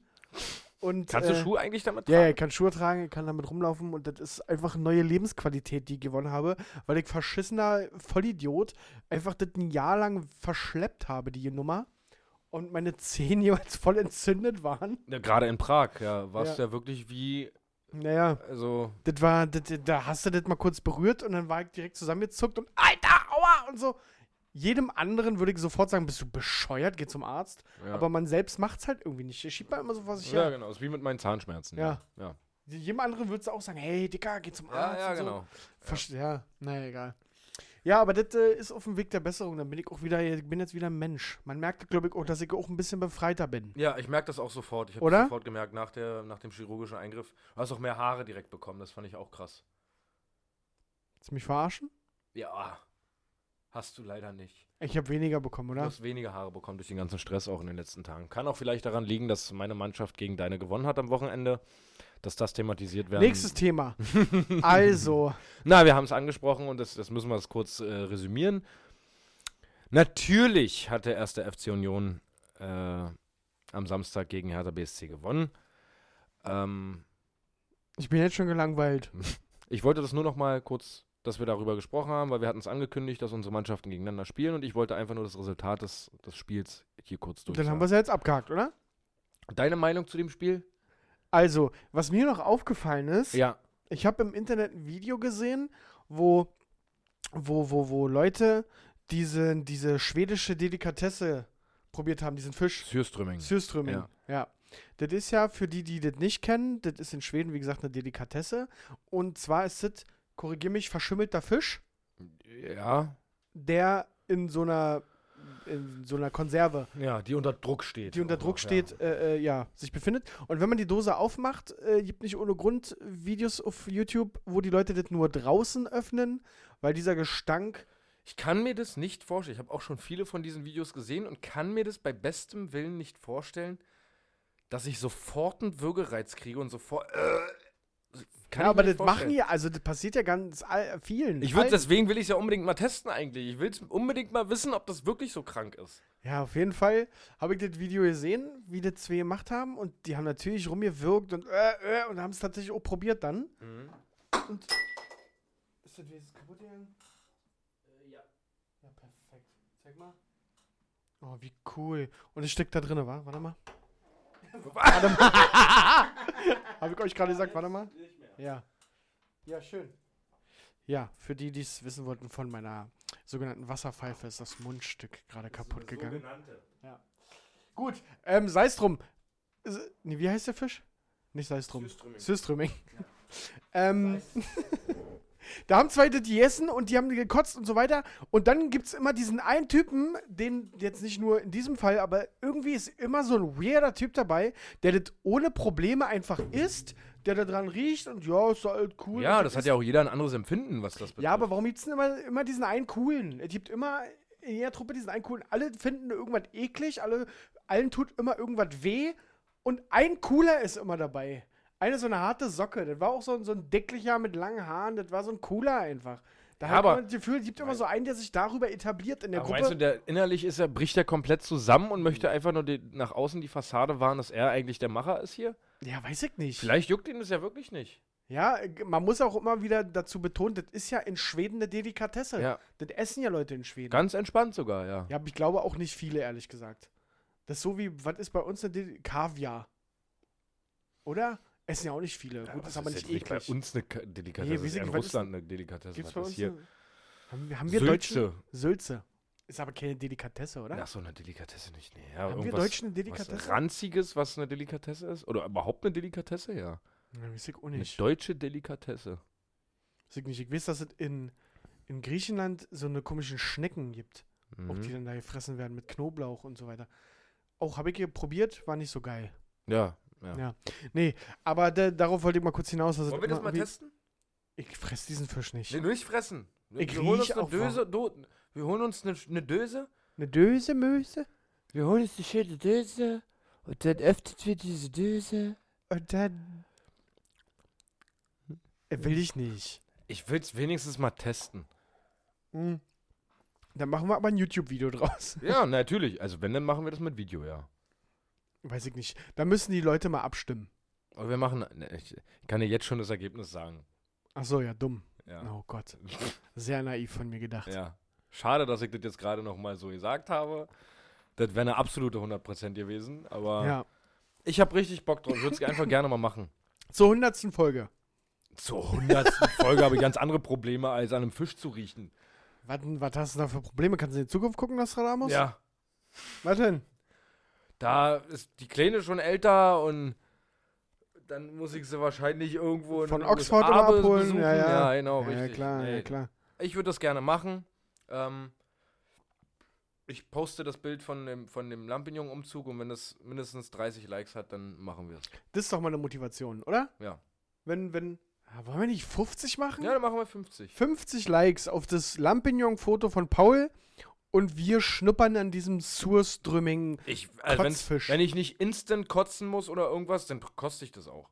Speaker 3: Und,
Speaker 2: Kannst du
Speaker 3: äh,
Speaker 2: Schuhe eigentlich damit
Speaker 3: ja, ja,
Speaker 2: tragen?
Speaker 3: ich kann Schuhe tragen, ich kann damit rumlaufen und das ist einfach neue Lebensqualität, die ich gewonnen habe, weil ich verschissener Vollidiot einfach das ein Jahr lang verschleppt habe, die Nummer. Und meine Zehen [LAUGHS] jeweils voll entzündet waren.
Speaker 2: Ja, Gerade in Prag, ja. Warst
Speaker 3: Ja.
Speaker 2: ja. ja wirklich wie.
Speaker 3: Naja,
Speaker 2: Also.
Speaker 3: das war, das, das- da hast du das mal kurz berührt und dann war ich direkt zusammengezuckt und Alter, aua und so. Jedem anderen würde ich sofort sagen, bist du bescheuert, geh zum Arzt.
Speaker 2: Ja.
Speaker 3: Aber man selbst macht's halt irgendwie nicht. Schiebt man immer so vor sich
Speaker 2: ja,
Speaker 3: her.
Speaker 2: genau. Ist wie mit meinen Zahnschmerzen.
Speaker 3: Ja.
Speaker 2: Ja,
Speaker 3: Jedem anderen würdest du auch sagen, hey, Dicker, geh zum
Speaker 2: ja,
Speaker 3: Arzt.
Speaker 2: ja, ja
Speaker 3: und so.
Speaker 2: genau.
Speaker 3: Verste ja, naja, egal. Ja, aber das äh, ist auf dem Weg der Besserung. Dann bin ich auch wieder, ich bin jetzt wieder ein Mensch. Man merkt, glaube ich, auch, dass ich auch ein bisschen befreiter bin.
Speaker 2: Ja, ich merke das auch sofort. Ich habe
Speaker 3: Oder?
Speaker 2: das sofort gemerkt nach, der, nach dem chirurgischen Eingriff. Du hast auch mehr Haare direkt bekommen, das fand ich auch krass.
Speaker 3: Willst du mich verarschen?
Speaker 2: Ja. Hast du leider nicht.
Speaker 3: Ich habe weniger bekommen,
Speaker 2: Du
Speaker 3: oder?
Speaker 2: hast weniger Haare bekommen durch den ganzen Stress auch in den letzten Tagen. Kann auch vielleicht daran liegen, dass meine Mannschaft gegen deine gewonnen hat am Wochenende, dass das thematisiert werden.
Speaker 3: Nächstes
Speaker 2: [LAUGHS]
Speaker 3: Thema. also,
Speaker 2: Na, wir haben es angesprochen und das, das müssen wir das kurz äh, resümieren. Natürlich hat der erste FC Union äh, am Samstag gegen Hertha BSC gewonnen. Ähm,
Speaker 3: ich bin jetzt schon gelangweilt.
Speaker 2: Ich wollte das nur noch mal kurz, dass wir darüber gesprochen haben, weil wir hatten es angekündigt, dass unsere Mannschaften gegeneinander spielen und ich wollte einfach nur das Resultat des, des Spiels hier kurz
Speaker 3: Dann haben
Speaker 2: durchsagen.
Speaker 3: wir es ja jetzt abgehakt, oder?
Speaker 2: Deine Meinung zu dem Spiel?
Speaker 3: Also, was mir noch aufgefallen ist,
Speaker 2: Ja.
Speaker 3: ich habe im Internet ein Video gesehen, wo, wo, wo, wo Leute diese, diese schwedische Delikatesse probiert haben, diesen Fisch.
Speaker 2: Sürströmming.
Speaker 3: Sürströmming, ja.
Speaker 2: Ja.
Speaker 3: Das ist ja für die, die das nicht kennen, das ist in Schweden, wie gesagt, eine Delikatesse. Und zwar ist das, korrigier mich, verschimmelter Fisch,
Speaker 2: ja.
Speaker 3: der in so einer in so einer Konserve,
Speaker 2: Ja, die unter Druck steht.
Speaker 3: die unter
Speaker 2: auch
Speaker 3: Druck
Speaker 2: noch,
Speaker 3: steht, äh, äh, ja, sich befindet. Und wenn man die Dose aufmacht, äh, gibt nicht ohne Grund Videos auf YouTube, wo die Leute das nur draußen öffnen, weil dieser Gestank
Speaker 2: Ich kann mir das nicht vorstellen. Ich habe auch schon viele von diesen Videos gesehen und kann mir das bei bestem Willen nicht vorstellen, dass ich sofort einen Würgereiz kriege und sofort. Äh, kann
Speaker 3: ja,
Speaker 2: ich
Speaker 3: aber
Speaker 2: mir
Speaker 3: das
Speaker 2: nicht
Speaker 3: machen
Speaker 2: vorstellen.
Speaker 3: ja, also das passiert ja ganz all, vielen.
Speaker 2: Ich würd,
Speaker 3: Allen.
Speaker 2: deswegen will ich es ja unbedingt mal testen eigentlich. Ich will unbedingt mal wissen, ob das wirklich so krank ist.
Speaker 3: Ja, auf jeden Fall habe ich das Video gesehen, wie das zwei gemacht haben und die haben natürlich rumgewirkt und äh, äh, und haben es tatsächlich auch probiert dann. Und ist das wenigstens kaputt gegangen? Äh, ja. Ja, perfekt. Zeig mal. Oh, wie cool. Und es steckt da drin, wa? Warte mal. [LAUGHS] warte mal. [LAUGHS] habe ich euch gerade gesagt, warte mal. Ja. Ja, schön. Ja, für die, die es wissen wollten, von meiner sogenannten Wasserpfeife ist das Mundstück gerade kaputt gegangen. Ja. Gut, ähm, sei es drum. S- Nee, wie heißt der Fisch? Nicht sei es drum.
Speaker 2: Süßströmming.
Speaker 3: Süßströmming. ähm, [LAUGHS] da haben zwei das gegessen und die haben gekotzt und so weiter. Und dann gibt es immer diesen einen Typen, den jetzt nicht nur in diesem Fall, aber irgendwie ist immer so ein weirder Typ dabei, der das ohne Probleme einfach isst, der da dran riecht und ja, ist halt cool.
Speaker 2: Ja,
Speaker 3: Und
Speaker 2: das hat ja auch jeder ein anderes Empfinden, was das betrifft.
Speaker 3: ja, aber warum gibt es denn immer, immer diesen einen coolen? Es gibt immer in jeder Truppe diesen einen coolen. Alle finden irgendwas eklig, alle, allen tut immer irgendwas weh und ein cooler ist immer dabei. Eine so eine harte Socke. Das war auch so ein, so ein dicklicher mit langen Haaren. Das war so ein cooler einfach. Da
Speaker 2: Ja,
Speaker 3: hat
Speaker 2: aber-
Speaker 3: man das Gefühl, es gibt immer so einen, der sich darüber etabliert in der
Speaker 2: Aber
Speaker 3: Gruppe. Mhm.
Speaker 2: meinst du, der innerlich ist er, bricht er komplett zusammen und möchte einfach nur die, nach außen die Fassade wahren, dass er eigentlich der Macher ist hier?
Speaker 3: ja, weiß ich nicht.
Speaker 2: Vielleicht juckt ihn das ja wirklich nicht.
Speaker 3: Ja, man muss auch immer wieder dazu betonen, das ist ja in Schweden eine Delikatesse.
Speaker 2: Ja.
Speaker 3: Das essen ja Leute in Schweden.
Speaker 2: Ganz entspannt sogar, ja.
Speaker 3: Ja, aber ich glaube auch nicht viele, ehrlich gesagt. Das ist so wie, was ist bei uns denn die- Kaviar? Oder? Essen ja auch nicht viele. Gut, das ist aber
Speaker 2: ist
Speaker 3: nicht
Speaker 2: jetzt
Speaker 3: eklig.
Speaker 2: bei uns eine K- Delikatesse.
Speaker 3: Nee,
Speaker 2: das
Speaker 3: weiß
Speaker 2: ist
Speaker 3: ich
Speaker 2: ja in
Speaker 3: nicht, was ist
Speaker 2: Russland eine Delikatesse.
Speaker 3: Gibt's bei
Speaker 2: was
Speaker 3: uns
Speaker 2: ist hier?
Speaker 3: eine- haben, wir- haben wir Deutschen Sülze? Ist aber keine Delikatesse, oder?
Speaker 2: Ach so, eine Delikatesse nicht. Nee, ja,
Speaker 3: haben wir
Speaker 2: irgendwas-
Speaker 3: Deutschen eine
Speaker 2: Was
Speaker 3: Delikatesse?
Speaker 2: Ranziges, was eine Delikatesse ist? Oder überhaupt eine Delikatesse, ja.
Speaker 3: Na, weiß ich auch
Speaker 2: Eine
Speaker 3: nicht.
Speaker 2: deutsche Delikatesse.
Speaker 3: Weiß ich nicht. Ich weiß, dass es in, in Griechenland so eine komischen Schnecken gibt, auch die
Speaker 2: Mhm.
Speaker 3: dann da gefressen werden mit Knoblauch und so weiter. Auch habe ich hier probiert, war nicht so geil.
Speaker 2: Ja, ja.
Speaker 3: Ja. Nee, aber da, darauf wollte ich mal kurz hinaus. dass es
Speaker 2: Wollen wir das
Speaker 3: immer
Speaker 2: mal
Speaker 3: irgendwie-
Speaker 2: testen?
Speaker 3: Ich fress diesen Fisch nicht.
Speaker 2: Nee, nur nicht fressen.
Speaker 3: Ich
Speaker 2: wir
Speaker 3: riech
Speaker 2: holen uns eine
Speaker 3: auch
Speaker 2: Döse. Do, wir holen uns eine, eine Döse.
Speaker 3: Eine Döse, Möse?
Speaker 2: Wir holen uns eine schöne Döse. Und dann öffnet wir diese Döse.
Speaker 3: Und dann. Äh, Will ich nicht.
Speaker 2: Ich will es wenigstens mal testen.
Speaker 3: Hm. Dann machen wir aber ein YouTube-Video draus. [LAUGHS]
Speaker 2: Ja, natürlich. Also wenn, dann machen wir das mit Video, ja.
Speaker 3: Weiß ich nicht. Da müssen die Leute mal abstimmen.
Speaker 2: Aber wir machen. ne, Ich kann dir jetzt schon das Ergebnis sagen.
Speaker 3: Ach so, ja, dumm.
Speaker 2: Ja.
Speaker 3: Oh Gott. Sehr naiv von mir gedacht.
Speaker 2: [LAUGHS] ja. Schade, dass ich das jetzt gerade nochmal so gesagt habe. Das wäre eine absolute 100% gewesen. Aber
Speaker 3: Ja.
Speaker 2: ich habe richtig Bock drauf. Ich [LAUGHS] würde es einfach gerne mal machen.
Speaker 3: Zur hundertsten Folge.
Speaker 2: Zur 100. Folge habe ich ganz andere Probleme, als an einem Fisch zu riechen.
Speaker 3: Was, denn- was hast du da für Probleme? Kannst du in die Zukunft gucken, Nostradamus?
Speaker 2: Ja.
Speaker 3: Was denn?
Speaker 2: Da ist die Kleine schon älter und dann muss ich sie wahrscheinlich irgendwo in
Speaker 3: Von
Speaker 2: den
Speaker 3: Oxford
Speaker 2: USA
Speaker 3: immer abholen?
Speaker 2: besuchen.
Speaker 3: Ja, ja.
Speaker 2: genau,
Speaker 3: ja,
Speaker 2: richtig.
Speaker 3: ja, klar,
Speaker 2: Nee,
Speaker 3: ja, klar.
Speaker 2: Ich würde das gerne machen. Ähm, ich poste das Bild von dem, von dem Lampignon-Umzug und wenn das mindestens 30 Likes hat, dann machen wir es.
Speaker 3: Das ist doch mal eine Motivation, oder?
Speaker 2: Ja.
Speaker 3: Wenn, wenn. Ja, wollen wir nicht 50 machen?
Speaker 2: Ja, dann machen wir 50.
Speaker 3: 50 Likes auf das Lampignon-Foto von Paul und wir schnuppern an diesem Surströmming.
Speaker 2: Ich, also wenn's-
Speaker 3: Kotzfisch.
Speaker 2: wenn ich nicht instant kotzen muss oder irgendwas, dann koste ich das auch.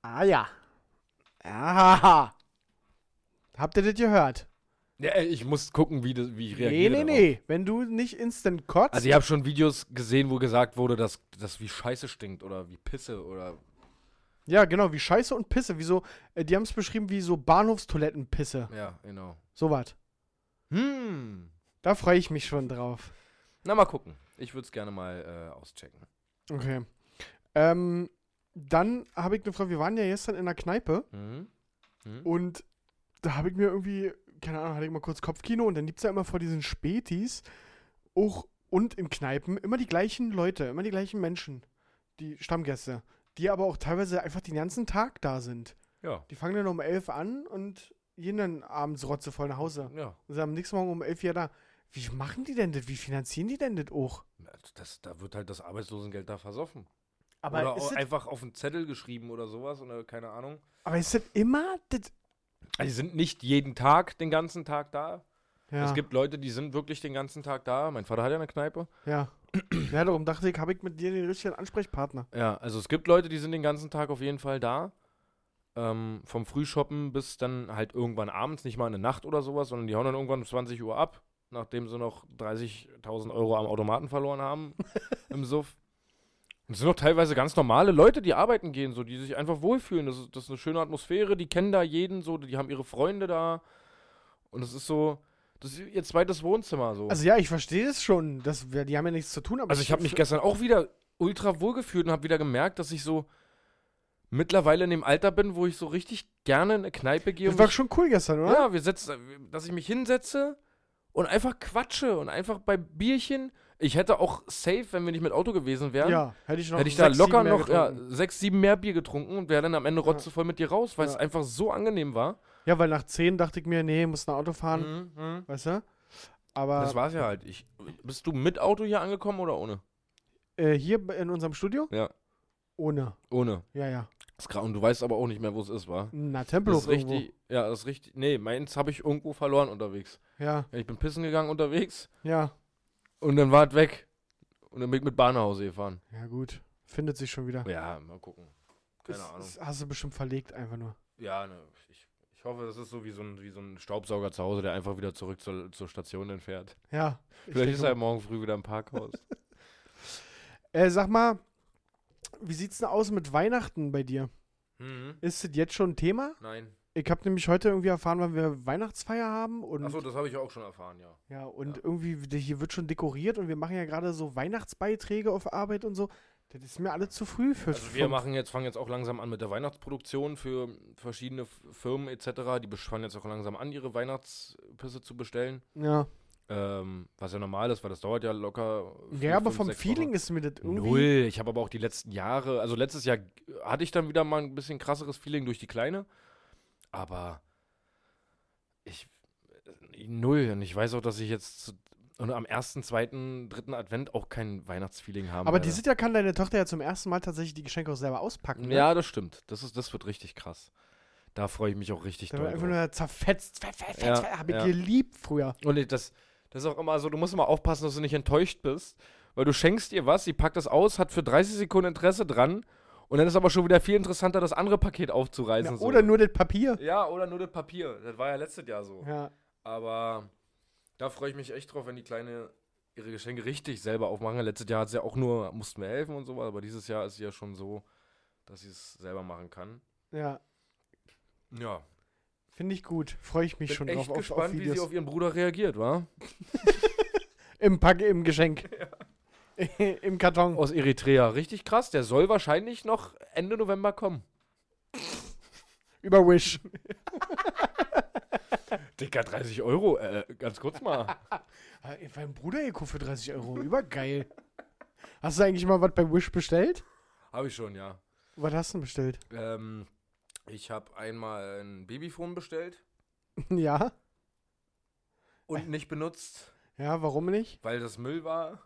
Speaker 3: Ah ja. Aha. Habt ihr das gehört?
Speaker 2: Ja, ey, ich muss gucken, wie, das, wie ich
Speaker 3: Nee,
Speaker 2: reagiere.
Speaker 3: nee,
Speaker 2: darauf.
Speaker 3: nee. Wenn du nicht instant kotzt.
Speaker 2: Also ich habe schon Videos gesehen, wo gesagt wurde, dass das wie Scheiße stinkt oder wie Pisse oder
Speaker 3: ja, genau, wie Scheiße und Pisse. Wie so, äh, die haben es beschrieben wie so Bahnhofstoilettenpisse.
Speaker 2: ja, genau.
Speaker 3: Sowas.
Speaker 2: Hm.
Speaker 3: Da freue ich mich schon drauf.
Speaker 2: Na mal gucken. Ich würde es gerne mal äh, auschecken.
Speaker 3: Okay. Ähm, dann habe ich eine Frage. Wir waren ja gestern in der Kneipe.
Speaker 2: Mhm.
Speaker 3: Und da habe ich mir irgendwie, keine Ahnung, hatte ich mal kurz Kopfkino und dann gibt es ja immer vor diesen Spätis auch und in Kneipen immer die gleichen Leute, immer die gleichen Menschen, die Stammgäste, die aber auch teilweise einfach den ganzen Tag da sind.
Speaker 2: Ja.
Speaker 3: Die fangen dann um elf an und gehen dann abends rotzevoll nach Hause
Speaker 2: Ja.
Speaker 3: und sind am nächsten Morgen um elf wieder da. Wie machen die denn das? Wie finanzieren die denn das auch?
Speaker 2: Das, da wird halt das Arbeitslosengeld da versoffen.
Speaker 3: Aber
Speaker 2: oder
Speaker 3: ist,
Speaker 2: au-
Speaker 3: das,
Speaker 2: einfach auf einen Zettel geschrieben oder sowas oder keine Ahnung.
Speaker 3: aber ist das immer das?
Speaker 2: Also die sind nicht jeden Tag den ganzen Tag da.
Speaker 3: Ja,
Speaker 2: Es gibt Leute, die sind wirklich den ganzen Tag da. Mein Vater hat ja eine Kneipe.
Speaker 3: ja. ja, darum dachte ich, habe ich mit dir den richtigen Ansprechpartner.
Speaker 2: Ja, also es gibt Leute, die sind den ganzen Tag auf jeden Fall da. Ähm, vom Frühshoppen bis dann halt irgendwann abends, nicht mal eine Nacht oder sowas, sondern die hauen dann irgendwann um 20 Uhr ab, nachdem sie noch 30.000 Euro am Automaten verloren haben im Suff. Und es sind auch teilweise ganz normale Leute, die arbeiten gehen, so, die sich einfach wohlfühlen. Das ist, das ist eine schöne Atmosphäre, die kennen da jeden so, die haben ihre Freunde da. Und es ist so, das ist ihr zweites Wohnzimmer so.
Speaker 3: Also ja, ich verstehe es schon. Das, wir- die haben ja nichts zu tun. Aber
Speaker 2: Also ich habe mich
Speaker 3: für-
Speaker 2: gestern auch wieder ultra wohl gefühlt und habe wieder gemerkt, dass ich so mittlerweile in dem Alter bin, wo ich so richtig gerne in eine Kneipe gehe.
Speaker 3: Das
Speaker 2: und
Speaker 3: war
Speaker 2: mich-
Speaker 3: schon cool gestern, oder?
Speaker 2: ja, wir setzen, dass ich mich hinsetze und einfach quatsche und einfach bei Bierchen. Ich hätte auch safe, wenn wir nicht mit Auto gewesen wären,
Speaker 3: Ja, hätte ich noch.
Speaker 2: hätte ich da
Speaker 3: sechs,
Speaker 2: locker
Speaker 3: sieben mehr
Speaker 2: noch ja,
Speaker 3: getrunken.
Speaker 2: sechs, sieben mehr Bier getrunken und wäre dann am Ende rotzevoll mit dir raus, weil
Speaker 3: Ja.
Speaker 2: es einfach so angenehm war.
Speaker 3: Ja, weil nach 10 dachte ich mir, nee, muss nach Auto fahren,
Speaker 2: Mhm.
Speaker 3: weißt du? Aber
Speaker 2: Das war's ja halt. Ich, bist du mit Auto hier angekommen oder ohne?
Speaker 3: äh, hier in unserem Studio?
Speaker 2: Ja.
Speaker 3: Ohne.
Speaker 2: Ohne.
Speaker 3: Ja, ja.
Speaker 2: Ist gra- Und du weißt aber auch nicht mehr, wo es ist, war?
Speaker 3: Na, Tempelhof
Speaker 2: Das ist richtig, ja, das ist richtig. Nee, meins habe ich irgendwo verloren unterwegs.
Speaker 3: irgendwo. Ja,
Speaker 2: Ich bin pissen gegangen unterwegs
Speaker 3: ja.
Speaker 2: und dann war es weg. Und dann bin ich mit Bahn nach Hause gefahren.
Speaker 3: Ja, gut. Findet sich schon wieder.
Speaker 2: Ja, mal gucken. Keine
Speaker 3: Ist-
Speaker 2: Ahnung.
Speaker 3: ist- hast du bestimmt verlegt einfach nur.
Speaker 2: Ja, ne, ich, ich hoffe, das ist so wie so, ein, wie so ein Staubsauger zu Hause, der einfach wieder zurück zur, zur Station dann fährt.
Speaker 3: Ja. ich
Speaker 2: Vielleicht ist
Speaker 3: denke
Speaker 2: er morgen früh wieder im Parkhaus.
Speaker 3: [LAUGHS] mal. äh, sag mal, wie sieht's denn aus mit Weihnachten bei dir?
Speaker 2: mhm.
Speaker 3: Ist das jetzt schon ein Thema?
Speaker 2: Nein.
Speaker 3: Ich habe nämlich heute irgendwie erfahren, wann wir Weihnachtsfeier haben und
Speaker 2: Achso, das habe ich auch schon erfahren, ja.
Speaker 3: ja und irgendwie d- hier wird schon dekoriert und wir machen ja gerade so Weihnachtsbeiträge auf Arbeit und so. Das ist mir alle zu früh für.
Speaker 2: Also wir
Speaker 3: für-
Speaker 2: machen jetzt, fangen jetzt auch langsam an mit der Weihnachtsproduktion für verschiedene F- Firmen etc. Die besch- fangen jetzt auch langsam an, ihre Weihnachtspisse zu bestellen.
Speaker 3: Ja.
Speaker 2: Ähm, was ja normal ist, weil das dauert ja locker. vier,
Speaker 3: Ja, aber
Speaker 2: fünf,
Speaker 3: vom
Speaker 2: sechs
Speaker 3: Feeling
Speaker 2: Wochen.
Speaker 3: ist mir das irgendwie.
Speaker 2: Null. Ich habe aber auch die letzten Jahre, also letztes Jahr hatte ich dann wieder mal ein bisschen krasseres Feeling durch die Kleine. Aber ich. Null. Und ich weiß auch, dass ich jetzt zu- und am ersten, zweiten, dritten Advent auch kein Weihnachtsfeeling habe.
Speaker 3: Aber dieses Jahr kann deine Tochter ja zum ersten Mal tatsächlich die Geschenke auch selber auspacken. Ne?
Speaker 2: Ja, das stimmt. Das, ist, das wird richtig krass. Da freue ich mich auch richtig
Speaker 3: Da
Speaker 2: doll
Speaker 3: war einfach
Speaker 2: drauf.
Speaker 3: nur zerfetzt. Fe- fe- fe-
Speaker 2: Ja,
Speaker 3: fe- Hab ich
Speaker 2: ja.
Speaker 3: geliebt früher.
Speaker 2: Und ich- das, das ist auch immer so, du musst immer aufpassen, dass du nicht enttäuscht bist, weil du schenkst ihr was, sie packt das aus, hat für 30 Sekunden Interesse dran und dann ist aber schon wieder viel interessanter, das andere Paket aufzureißen.
Speaker 3: Ja,
Speaker 2: so.
Speaker 3: oder nur das Papier.
Speaker 2: ja, oder nur das Papier. Das war ja letztes Jahr so.
Speaker 3: Ja.
Speaker 2: Aber da freue ich mich echt drauf, wenn die Kleine ihre Geschenke richtig selber aufmachen. kann. Letztes Jahr hat sie ja auch nur, mussten wir helfen und so, aber dieses Jahr ist sie ja schon so, dass sie es selber machen kann.
Speaker 3: ja.
Speaker 2: Ja.
Speaker 3: Finde ich gut. Freue ich mich
Speaker 2: Ich
Speaker 3: schon
Speaker 2: bin echt
Speaker 3: drauf auf,
Speaker 2: gespannt,
Speaker 3: auf
Speaker 2: wie
Speaker 3: Videos.
Speaker 2: sie auf ihren Bruder reagiert, wa?
Speaker 3: Im Pack, im
Speaker 2: [LAUGHS]
Speaker 3: Geschenk. [LAUGHS] Im Karton.
Speaker 2: aus Eritrea. Richtig krass. Der soll wahrscheinlich noch Ende November kommen.
Speaker 3: Über Wish.
Speaker 2: Dicker, 30 Euro. Äh, ganz kurz [LAUGHS] mal.
Speaker 3: Ah, Ich mein Bruder Eko für 30 Euro. Übergeil. Hast du eigentlich mal was bei Wish bestellt?
Speaker 2: habe ich schon, ja.
Speaker 3: Was hast du denn bestellt?
Speaker 2: Ähm, ich habe einmal ein Babyfon bestellt
Speaker 3: [LAUGHS] ja.
Speaker 2: [LAUGHS] und nicht benutzt,
Speaker 3: Ja, warum nicht?
Speaker 2: weil das Müll war.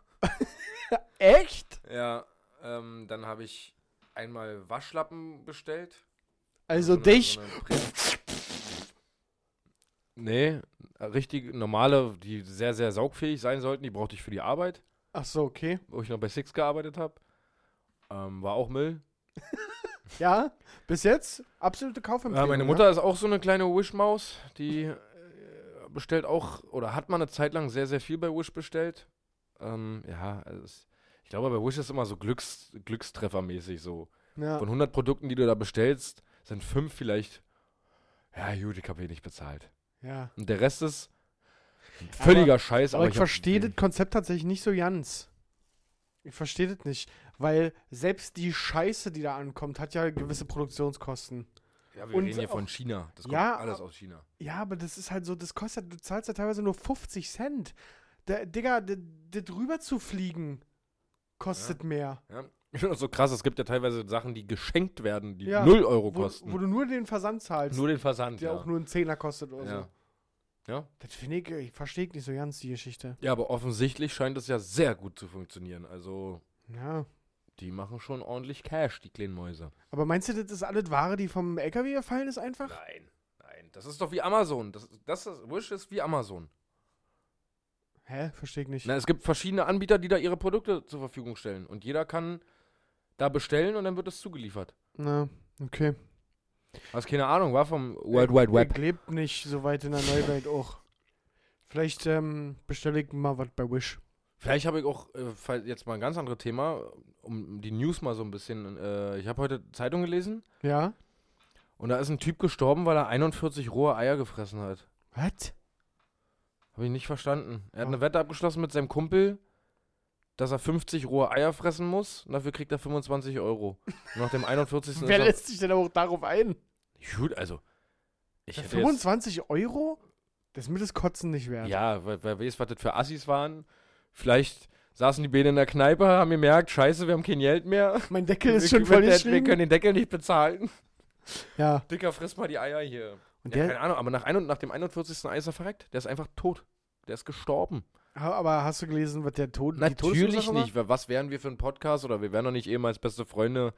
Speaker 3: Echt?
Speaker 2: Ja. Ähm, dann habe ich einmal Waschlappen bestellt.
Speaker 3: Also
Speaker 2: eine-
Speaker 3: dich.
Speaker 2: so eine Prä- Nee, richtig normale, die sehr, sehr saugfähig sein sollten. Die brauchte ich für die Arbeit.
Speaker 3: Ach so, okay.
Speaker 2: wo ich noch bei Six gearbeitet habe. Ähm, war auch Müll.
Speaker 3: Ja, bis jetzt absolute Kaufempfehlung.
Speaker 2: Ja, meine
Speaker 3: ne?
Speaker 2: Mutter ist auch so eine kleine Wish-Maus. Die äh, bestellt auch, oder hat mal eine Zeit lang sehr, sehr viel bei Wish bestellt. Ähm, ja, also es, ich glaube, bei Wish ist immer so Glücks, Glückstreffermäßig so.
Speaker 3: Ja.
Speaker 2: Von 100 Produkten, die du da bestellst, sind fünf vielleicht, ja gut, ich habe wenig bezahlt.
Speaker 3: ja.
Speaker 2: Und der Rest ist völliger Scheiß.
Speaker 3: Aber ich
Speaker 2: hab-
Speaker 3: verstehe das Konzept tatsächlich nicht so ganz. Ich verstehe das nicht, weil selbst die Scheiße, die da ankommt, hat ja gewisse Produktionskosten.
Speaker 2: Ja, wir
Speaker 3: und
Speaker 2: reden hier von
Speaker 3: auch-
Speaker 2: China. Das kommt
Speaker 3: Ja,
Speaker 2: alles aus China.
Speaker 3: Ja, aber das ist halt so, das kostet, du zahlst ja teilweise nur 50 Cent. Da, Digga, d- das rüber zu fliegen kostet mehr.
Speaker 2: Ja. [LAUGHS] Ich finde das so krass, es gibt ja teilweise Sachen, die geschenkt werden, die
Speaker 3: Ja,
Speaker 2: 0 Euro
Speaker 3: Wo,
Speaker 2: kosten.
Speaker 3: wo du nur den Versand zahlst,
Speaker 2: nur den Versand,
Speaker 3: der
Speaker 2: ja.
Speaker 3: auch nur einen Zehner kostet oder
Speaker 2: ja.
Speaker 3: so.
Speaker 2: Ja.
Speaker 3: Das finde ich, ich verstehe nicht so ganz die Geschichte.
Speaker 2: Ja, aber offensichtlich scheint es ja sehr gut zu funktionieren. Also,
Speaker 3: Ja.
Speaker 2: die machen schon ordentlich Cash, die kleinen Mäuse.
Speaker 3: Aber meinst du, das ist alles Ware, die vom LKW gefallen ist einfach?
Speaker 2: Nein, nein. Das ist doch wie Amazon. Das, das ist, Wish ist wie Amazon.
Speaker 3: Hä? Verstehe ich nicht.
Speaker 2: Na, es gibt verschiedene Anbieter, die da ihre Produkte zur Verfügung stellen. Und jeder kann da bestellen und dann wird es zugeliefert.
Speaker 3: Na, okay.
Speaker 2: Also keine Ahnung, war vom World Wide
Speaker 3: Ihr
Speaker 2: Web.
Speaker 3: klebt nicht so weit in der
Speaker 2: [LAUGHS]
Speaker 3: Neuwelt auch. Vielleicht ähm, bestelle ich mal was bei Wish.
Speaker 2: Vielleicht habe ich auch äh, fall- jetzt mal ein ganz anderes Thema, um die News mal so ein bisschen. Äh, ich habe heute Zeitung gelesen
Speaker 3: Ja?
Speaker 2: und da ist ein Typ gestorben, weil er 41 rohe Eier gefressen hat.
Speaker 3: Was?
Speaker 2: Habe ich nicht verstanden. Er hat
Speaker 3: Ah.
Speaker 2: eine Wette abgeschlossen mit seinem Kumpel, dass er 50 rohe Eier fressen muss. Und dafür kriegt er 25 Euro. Und nach
Speaker 3: [LAUGHS]
Speaker 2: dem 41.
Speaker 3: Wer
Speaker 2: ist
Speaker 3: lässt sich denn aber auch darauf ein?
Speaker 2: er, Gut, also. Ich hätte jetzt,
Speaker 3: 25 Euro? Das ist mir das Kotzen nicht wert.
Speaker 2: ja, wer, wer weiß, was das für Assis waren. Vielleicht saßen die Bäder in der Kneipe, haben gemerkt, scheiße, wir haben kein
Speaker 3: [LAUGHS]
Speaker 2: Geld mehr.
Speaker 3: Mein Deckel
Speaker 2: wir,
Speaker 3: ist schon
Speaker 2: können-
Speaker 3: voll
Speaker 2: wir, wir können
Speaker 3: geschrieben.
Speaker 2: den Deckel nicht bezahlen. [LAUGHS]
Speaker 3: Ja.
Speaker 2: Dicker, friss mal die Eier hier.
Speaker 3: Und
Speaker 2: Ja,
Speaker 3: der,
Speaker 2: keine Ahnung, aber nach, ein, und nach dem 41. Ei ist er verreckt. Der ist einfach tot. Der ist gestorben.
Speaker 3: ha- aber hast du gelesen, was der Tod die
Speaker 2: Natürlich
Speaker 3: Todesursache war?
Speaker 2: nicht. Wa- Was wären wir für ein Podcast oder wir wären doch nicht ehemals beste Freunde,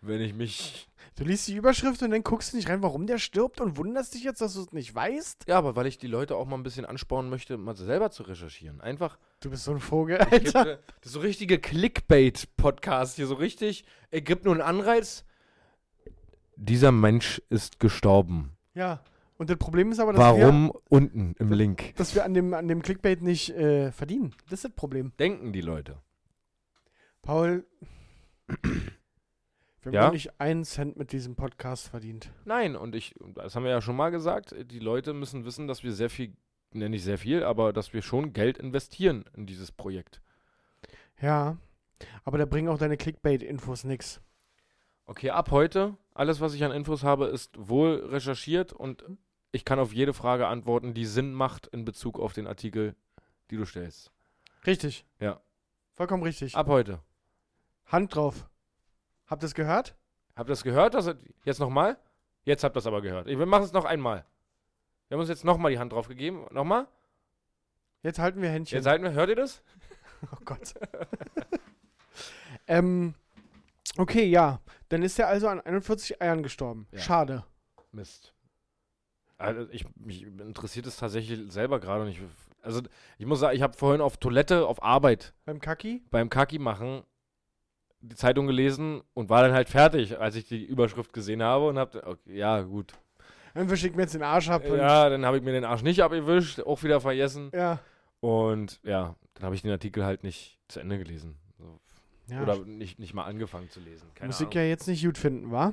Speaker 2: wenn ich mich.
Speaker 3: Du liest die Überschrift und dann guckst du nicht rein, warum der stirbt und wunderst dich jetzt, dass du es nicht weißt?
Speaker 2: Ja, aber weil ich die Leute auch mal ein bisschen anspornen möchte, mal selber zu recherchieren. Einfach.
Speaker 3: Du bist so ein Vogel,
Speaker 2: ich geb,
Speaker 3: Alter.
Speaker 2: äh, das ist so richtige Clickbait-Podcast hier, so richtig. Er gibt nur einen Anreiz. Dieser Mensch ist gestorben.
Speaker 3: [LAUGHS] Ja. Und das Problem ist aber, dass wir,
Speaker 2: Warum unten im Link?
Speaker 3: dass wir an, dem, an dem Clickbait nicht äh, verdienen. Das ist das Problem.
Speaker 2: Denken die Leute.
Speaker 3: Paul, wir haben
Speaker 2: Ja?
Speaker 3: noch nicht einen Cent mit diesem Podcast verdient.
Speaker 2: Nein, und ich, das haben wir ja schon mal gesagt, die Leute müssen wissen, dass wir sehr viel, nenne ich sehr viel, aber dass wir schon Geld investieren in dieses Projekt.
Speaker 3: Ja. Aber da bringen auch deine Clickbait-Infos nix.
Speaker 2: Okay, ab heute, alles, was ich an Infos habe, ist wohl recherchiert und ich kann auf jede Frage antworten, die Sinn macht in Bezug auf den Artikel, die du stellst.
Speaker 3: Richtig.
Speaker 2: Ja.
Speaker 3: Vollkommen richtig.
Speaker 2: Ab heute.
Speaker 3: Hand drauf. Habt ihr es gehört?
Speaker 2: Habt ihr das gehört? Dass, er- jetzt nochmal? Jetzt habt ihr das aber gehört. Ich- Wir machen es noch einmal. Wir haben uns jetzt nochmal die Hand drauf gegeben. Nochmal?
Speaker 3: Jetzt halten wir Händchen.
Speaker 2: Jetzt halten wir, hört ihr das?
Speaker 3: Oh
Speaker 2: [LAUGHS]
Speaker 3: Gott. ähm, okay, ja. Dann ist er also an 41 Eiern gestorben.
Speaker 2: Ja.
Speaker 3: Schade.
Speaker 2: Mist. Also ich, mich interessiert es tatsächlich selber gerade nicht. Also ich muss sagen, ich habe vorhin auf Toilette, auf Arbeit
Speaker 3: Beim Kaki?
Speaker 2: beim Kaki machen die Zeitung gelesen und war dann halt fertig, als ich die Überschrift gesehen habe und habe, okay, ja gut.
Speaker 3: Dann verschickt mir jetzt den Arsch ab. und-
Speaker 2: Ja, dann habe ich mir den Arsch nicht abgewischt, auch wieder vergessen.
Speaker 3: ja.
Speaker 2: Und ja, dann habe ich den Artikel halt nicht zu Ende gelesen. So.
Speaker 3: ja.
Speaker 2: Oder nicht, nicht mal angefangen zu lesen. Keine
Speaker 3: Muss ich
Speaker 2: Ahnung.
Speaker 3: ja jetzt nicht gut finden, wa?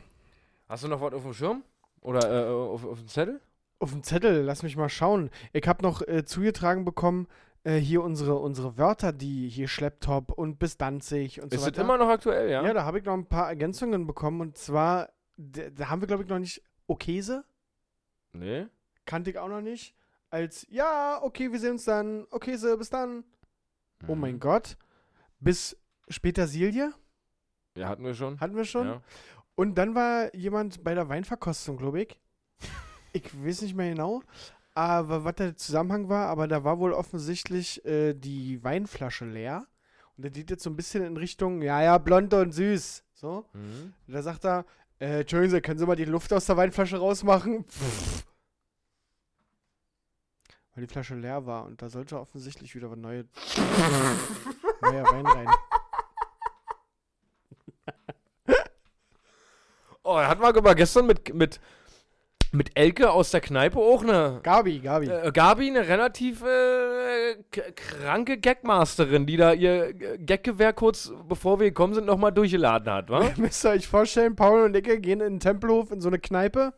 Speaker 2: Hast du noch was auf dem Schirm? Oder äh, auf, auf dem Zettel?
Speaker 3: Auf dem Zettel, lass mich mal schauen. Ich habe noch äh, zugetragen bekommen, äh, hier unsere, unsere Wörter, die hier Schlepptop und bis Danzig und
Speaker 2: Ist
Speaker 3: so
Speaker 2: das
Speaker 3: weiter.
Speaker 2: immer noch aktuell, ja?
Speaker 3: ja, da habe ich noch ein paar Ergänzungen bekommen und zwar, d- da haben wir glaube ich noch nicht Okese,
Speaker 2: nee.
Speaker 3: kannte ich auch noch nicht, als ja, okay, wir sehen uns dann, Okese, bis dann, oh
Speaker 2: Mhm.
Speaker 3: mein Gott, bis Spätersilie
Speaker 2: Ja, hatten wir schon.
Speaker 3: hatten wir schon
Speaker 2: Ja.
Speaker 3: und dann war jemand bei der Weinverkostung, glaube ich, ich weiß nicht mehr genau, aber was der Zusammenhang war, aber da war wohl offensichtlich äh, die Weinflasche leer und der geht jetzt so ein bisschen in Richtung, ja, ja, blond und süß, so.
Speaker 2: Mhm.
Speaker 3: Da sagt er, äh, Entschuldigen Sie, können Sie mal die Luft aus der Weinflasche rausmachen? Pff. Weil die Flasche leer war und da sollte offensichtlich wieder was neue, neuer Wein rein.
Speaker 2: Oh, da hatten wir aber gestern mit, mit, mit Elke aus der Kneipe auch eine.
Speaker 3: Gabi, Gabi.
Speaker 2: Äh, Gabi, eine relativ äh, k- kranke Gagmasterin, die da ihr G- Gaggewehr kurz bevor wir gekommen sind nochmal durchgeladen hat, wa?
Speaker 3: Müsst ihr euch vorstellen, Paul und Ecke gehen in den Tempelhof in so eine Kneipe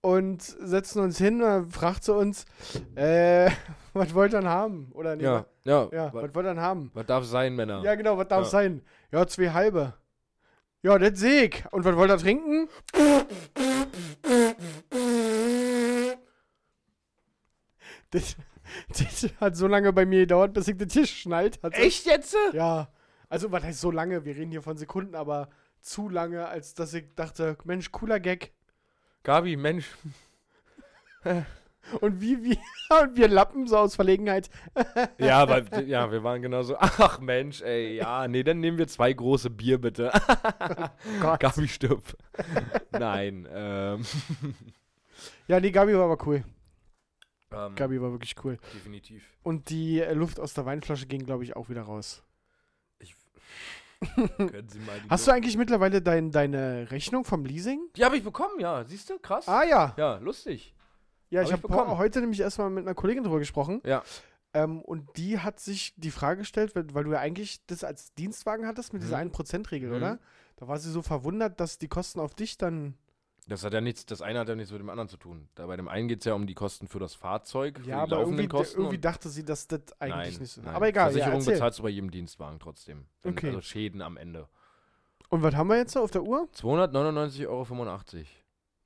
Speaker 3: und setzen uns hin und dann fragt sie uns, äh, [LAUGHS] was wollt ihr denn haben? Oder nee,
Speaker 2: [LAUGHS] Ja, ja.
Speaker 3: wa- Ja,
Speaker 2: Was,
Speaker 3: was wollt ihr denn haben?
Speaker 2: was darf sein, Männer?
Speaker 3: Ja, genau, was darf
Speaker 2: Ja.
Speaker 3: sein? Ja, zwei halbe. Ja, das seh ich. Und was wollt ihr trinken? Das, [LAUGHS] das hat so lange bei mir gedauert, bis ich den Tisch schnallt hat.
Speaker 2: Echt jetzt?
Speaker 3: Ja. Also, was heißt so lange? Wir reden hier von Sekunden, aber zu lange, als dass ich dachte, Mensch, cooler Gag.
Speaker 2: Gabi, Mensch.
Speaker 3: Und wie wir, [LAUGHS] und wir Lappen so aus Verlegenheit.
Speaker 2: Ja, weil, ja, wir waren genauso, ach Mensch, ey, ja, nee, dann nehmen wir zwei große
Speaker 3: [LAUGHS]
Speaker 2: Bier bitte.
Speaker 3: Oh Gott.
Speaker 2: Gabi stirb. Nein, ähm,
Speaker 3: Ja, nee, Gabi war aber cool.
Speaker 2: ähm,
Speaker 3: Gabi war wirklich cool.
Speaker 2: definitiv.
Speaker 3: Und die äh, Luft aus der Weinflasche ging, glaube ich, auch wieder raus.
Speaker 2: Können Sie mal die
Speaker 3: Hast du eigentlich mittlerweile dein, deine Rechnung vom Leasing?
Speaker 2: Die habe ich bekommen, ja, siehst du, krass.
Speaker 3: Ah ja.
Speaker 2: Ja, lustig.
Speaker 3: Ja,
Speaker 2: Hab
Speaker 3: ich
Speaker 2: ich
Speaker 3: habe
Speaker 2: bekommen.
Speaker 3: heute nämlich erstmal mit einer Kollegin drüber gesprochen.
Speaker 2: Ja.
Speaker 3: Ähm, und die hat sich die Frage gestellt, weil, weil du ja eigentlich das als Dienstwagen hattest mit dieser
Speaker 2: Mhm.
Speaker 3: 1%-Regel,
Speaker 2: Mhm.
Speaker 3: oder? Da war sie so verwundert, dass die Kosten auf dich dann.
Speaker 2: Das hat ja nichts, das eine hat ja nichts mit dem anderen zu tun. Da bei dem einen geht es ja um die Kosten für das Fahrzeug, für
Speaker 3: Ja,
Speaker 2: die
Speaker 3: aber
Speaker 2: laufenden
Speaker 3: irgendwie,
Speaker 2: Kosten.
Speaker 3: irgendwie
Speaker 2: und-
Speaker 3: dachte sie, dass das eigentlich
Speaker 2: nein,
Speaker 3: nicht so.
Speaker 2: nein.
Speaker 3: Aber egal, ja,
Speaker 2: Versicherung
Speaker 3: erzähl.
Speaker 2: bezahlst du bei jedem Dienstwagen trotzdem. Dann-
Speaker 3: Okay.
Speaker 2: Also Schäden am Ende.
Speaker 3: Und was haben wir jetzt so auf der Uhr?
Speaker 2: 299,85 Euro.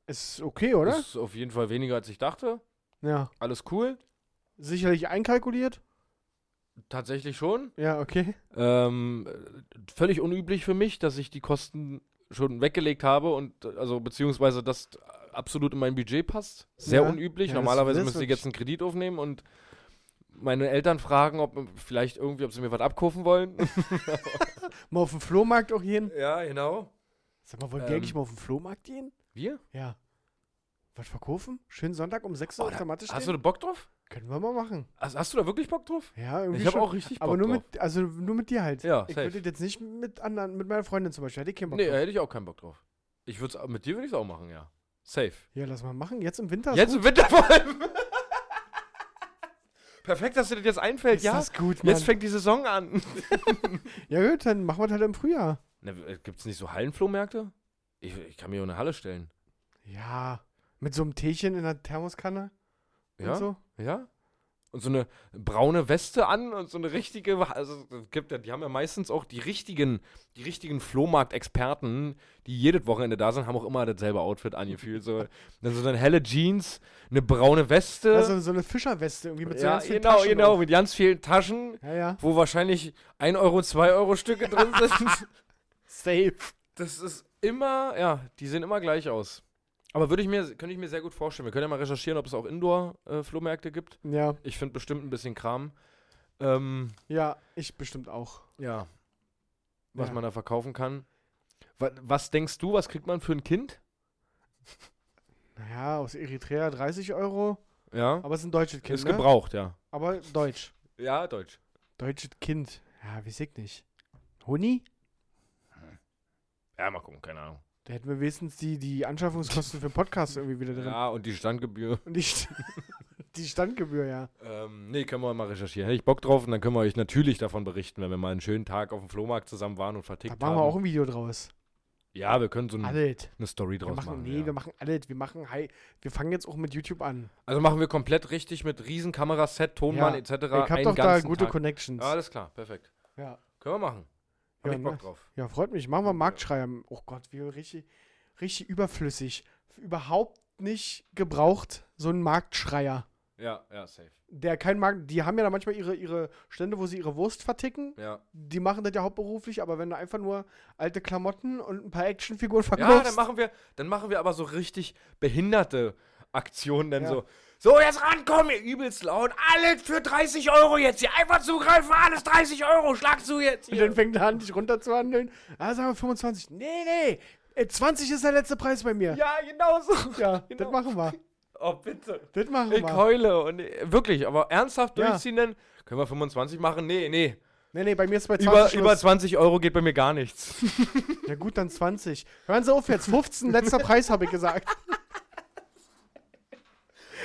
Speaker 3: Ist okay, oder?
Speaker 2: Ist auf jeden Fall weniger, als ich dachte.
Speaker 3: ja.
Speaker 2: Alles cool.
Speaker 3: Sicherlich einkalkuliert.
Speaker 2: Tatsächlich schon.
Speaker 3: Ja, okay.
Speaker 2: Ähm, äh, völlig unüblich für mich, dass ich die Kosten schon weggelegt habe und äh, also beziehungsweise das absolut in mein Budget passt. Sehr
Speaker 3: Ja.
Speaker 2: unüblich.
Speaker 3: Ja, das-
Speaker 2: Normalerweise
Speaker 3: das
Speaker 2: müsste ich
Speaker 3: wirklich-
Speaker 2: jetzt einen Kredit aufnehmen und meine Eltern fragen, ob vielleicht irgendwie, ob sie mir was
Speaker 3: [LAUGHS]
Speaker 2: abkaufen wollen.
Speaker 3: Mal auf den Flohmarkt auch gehen.
Speaker 2: ja, genau.
Speaker 3: Sag mal, wollen wir
Speaker 2: Ähm.
Speaker 3: eigentlich mal auf den Flohmarkt gehen?
Speaker 2: Wir?
Speaker 3: Ja. Was verkaufen? Schönen Sonntag um 6 Uhr
Speaker 2: Oh,
Speaker 3: auf
Speaker 2: da-
Speaker 3: der Matte stehen?
Speaker 2: Hast du da Bock drauf?
Speaker 3: Können wir mal machen.
Speaker 2: Hast, hast du da wirklich Bock drauf?
Speaker 3: Ja, irgendwie
Speaker 2: Ich habe
Speaker 3: schon.
Speaker 2: auch richtig Bock
Speaker 3: Aber nur
Speaker 2: drauf.
Speaker 3: mit, also nur mit dir halt.
Speaker 2: Ja,
Speaker 3: ich
Speaker 2: safe.
Speaker 3: würde das jetzt nicht mit anderen, mit meiner Freundin zum Beispiel, hätte ich keinen Bock
Speaker 2: nee,
Speaker 3: drauf.
Speaker 2: hätte ich auch keinen Bock drauf. Ich würd's, mit dir würde ich es auch machen, ja. Safe.
Speaker 3: Ja, lass mal machen. Jetzt im Winter. ist
Speaker 2: Jetzt im Winter vor allem. [LAUGHS] Perfekt, dass dir das jetzt einfällt,
Speaker 3: Ist
Speaker 2: halt, ja?
Speaker 3: das gut, Mann.
Speaker 2: jetzt fängt die Saison [LAUGHS] an.
Speaker 3: ja gut, dann machen wir das halt im Frühjahr.
Speaker 2: Gibt es Ne, nicht so Hallenflohmärkte? Ich, ich kann mir auch eine Halle stellen.
Speaker 3: Ja, mit so einem Teechen in der Thermoskanne
Speaker 2: Ja?
Speaker 3: und so.
Speaker 2: Ja? Und so eine braune Weste an und so eine richtige, also es gibt ja, die haben ja meistens auch die richtigen, die richtigen Flohmarktexperten, die jedes Wochenende da sind, haben auch immer dasselbe Outfit angefühlt. So, dann so eine helle Jeans, eine braune Weste.
Speaker 3: Also so eine Fischerweste irgendwie mit so
Speaker 2: ja,
Speaker 3: ganz vielen
Speaker 2: genau,
Speaker 3: Taschen
Speaker 2: genau,
Speaker 3: Auf.
Speaker 2: mit ganz vielen Taschen.
Speaker 3: Ja, ja.
Speaker 2: wo wahrscheinlich 1 Euro, 2 Euro Stücke drin
Speaker 3: [LAUGHS]
Speaker 2: sind.
Speaker 3: Safe.
Speaker 2: Das ist immer, ja, die sehen immer gleich aus. Aber würde ich mir, könnte ich mir sehr gut vorstellen. Wir können ja mal recherchieren, ob es auch Indoor-Flohmärkte gibt.
Speaker 3: Ja,
Speaker 2: Ich finde bestimmt ein bisschen Kram. Ähm,
Speaker 3: ja, ich bestimmt auch.
Speaker 2: ja. Was
Speaker 3: Ja.
Speaker 2: man da verkaufen kann. Was, was denkst du, was kriegt man für ein Kind?
Speaker 3: Naja, aus Eritrea 30 Euro.
Speaker 2: Ja.
Speaker 3: Aber es ist ein deutsches Kind.
Speaker 2: Ist
Speaker 3: ne?
Speaker 2: gebraucht, ja.
Speaker 3: Aber deutsch.
Speaker 2: Ja, Deutsch.
Speaker 3: Deutsches Kind. Ja, weiß ich nicht. Honig?
Speaker 2: Ja, mal gucken, keine Ahnung.
Speaker 3: Da hätten wir wenigstens die, die Anschaffungskosten für den Podcast irgendwie wieder drin.
Speaker 2: Ja, und die Standgebühr.
Speaker 3: Und die, St [LAUGHS] die Standgebühr, ja.
Speaker 2: Ähm, nee, können wir mal recherchieren. Hätte ich Bock drauf und dann können wir euch natürlich davon berichten, wenn wir mal einen schönen Tag auf dem Flohmarkt zusammen waren und vertickt
Speaker 3: da machen wir
Speaker 2: haben.
Speaker 3: auch ein Video draus.
Speaker 2: ja, wir können so ein,
Speaker 3: Alles.
Speaker 2: eine Story
Speaker 3: Wir
Speaker 2: Hm. draus
Speaker 3: machen,
Speaker 2: machen.
Speaker 3: nee,
Speaker 2: ja.
Speaker 3: wir machen alles. Wir machen, hi, wir fangen jetzt auch mit YouTube an.
Speaker 2: also machen wir komplett richtig mit riesen Kameraset, Tonmann
Speaker 3: Ja.
Speaker 2: etc.
Speaker 3: ich hab
Speaker 2: einen
Speaker 3: doch da
Speaker 2: ganzen
Speaker 3: gute
Speaker 2: Tag.
Speaker 3: Connections.
Speaker 2: Ja, alles klar, perfekt.
Speaker 3: Ja.
Speaker 2: Können wir machen. Hab
Speaker 3: Ja,
Speaker 2: ich Bock
Speaker 3: nice.
Speaker 2: drauf.
Speaker 3: ja, freut mich. Machen wir Marktschreier. Oh Gott, wie richtig, richtig überflüssig. Überhaupt nicht gebraucht, so ein Marktschreier.
Speaker 2: Ja, ja, safe.
Speaker 3: Der kein Markt, die haben ja da manchmal ihre, ihre Stände, wo sie ihre Wurst verticken.
Speaker 2: Ja,
Speaker 3: die machen das ja hauptberuflich, aber wenn du einfach nur alte Klamotten und ein paar Actionfiguren
Speaker 2: ja
Speaker 3: verkaufst.
Speaker 2: dann, machen wir, dann machen wir aber so richtig behinderte Aktionen. Dann
Speaker 3: Ja.
Speaker 2: so, so jetzt rankommen, ihr übelst laut. Alles für 30 Euro jetzt hier. Einfach zugreifen, alles 30 Euro. Schlag zu jetzt
Speaker 3: und
Speaker 2: hier.
Speaker 3: dann fängt er an, dich runterzuhandeln. Ah, sagen wir 25. Nee, nee. äh, 20 ist der letzte Preis bei mir.
Speaker 2: Ja, genau so.
Speaker 3: Ja,
Speaker 2: genau.
Speaker 3: das machen wir.
Speaker 2: Oh, bitte.
Speaker 3: Das machen
Speaker 2: Ich
Speaker 3: wir.
Speaker 2: heule und äh, wirklich, aber ernsthaft
Speaker 3: Ja.
Speaker 2: durchziehen dann. Können wir 25 machen? Nee, nee.
Speaker 3: Nee, nee, bei mir ist bei 20
Speaker 2: Über,
Speaker 3: Schluss.
Speaker 2: über 20 Euro geht bei mir gar nichts.
Speaker 3: Ja gut, dann 20. Hören Sie auf jetzt. 15, letzter Preis, habe ich gesagt.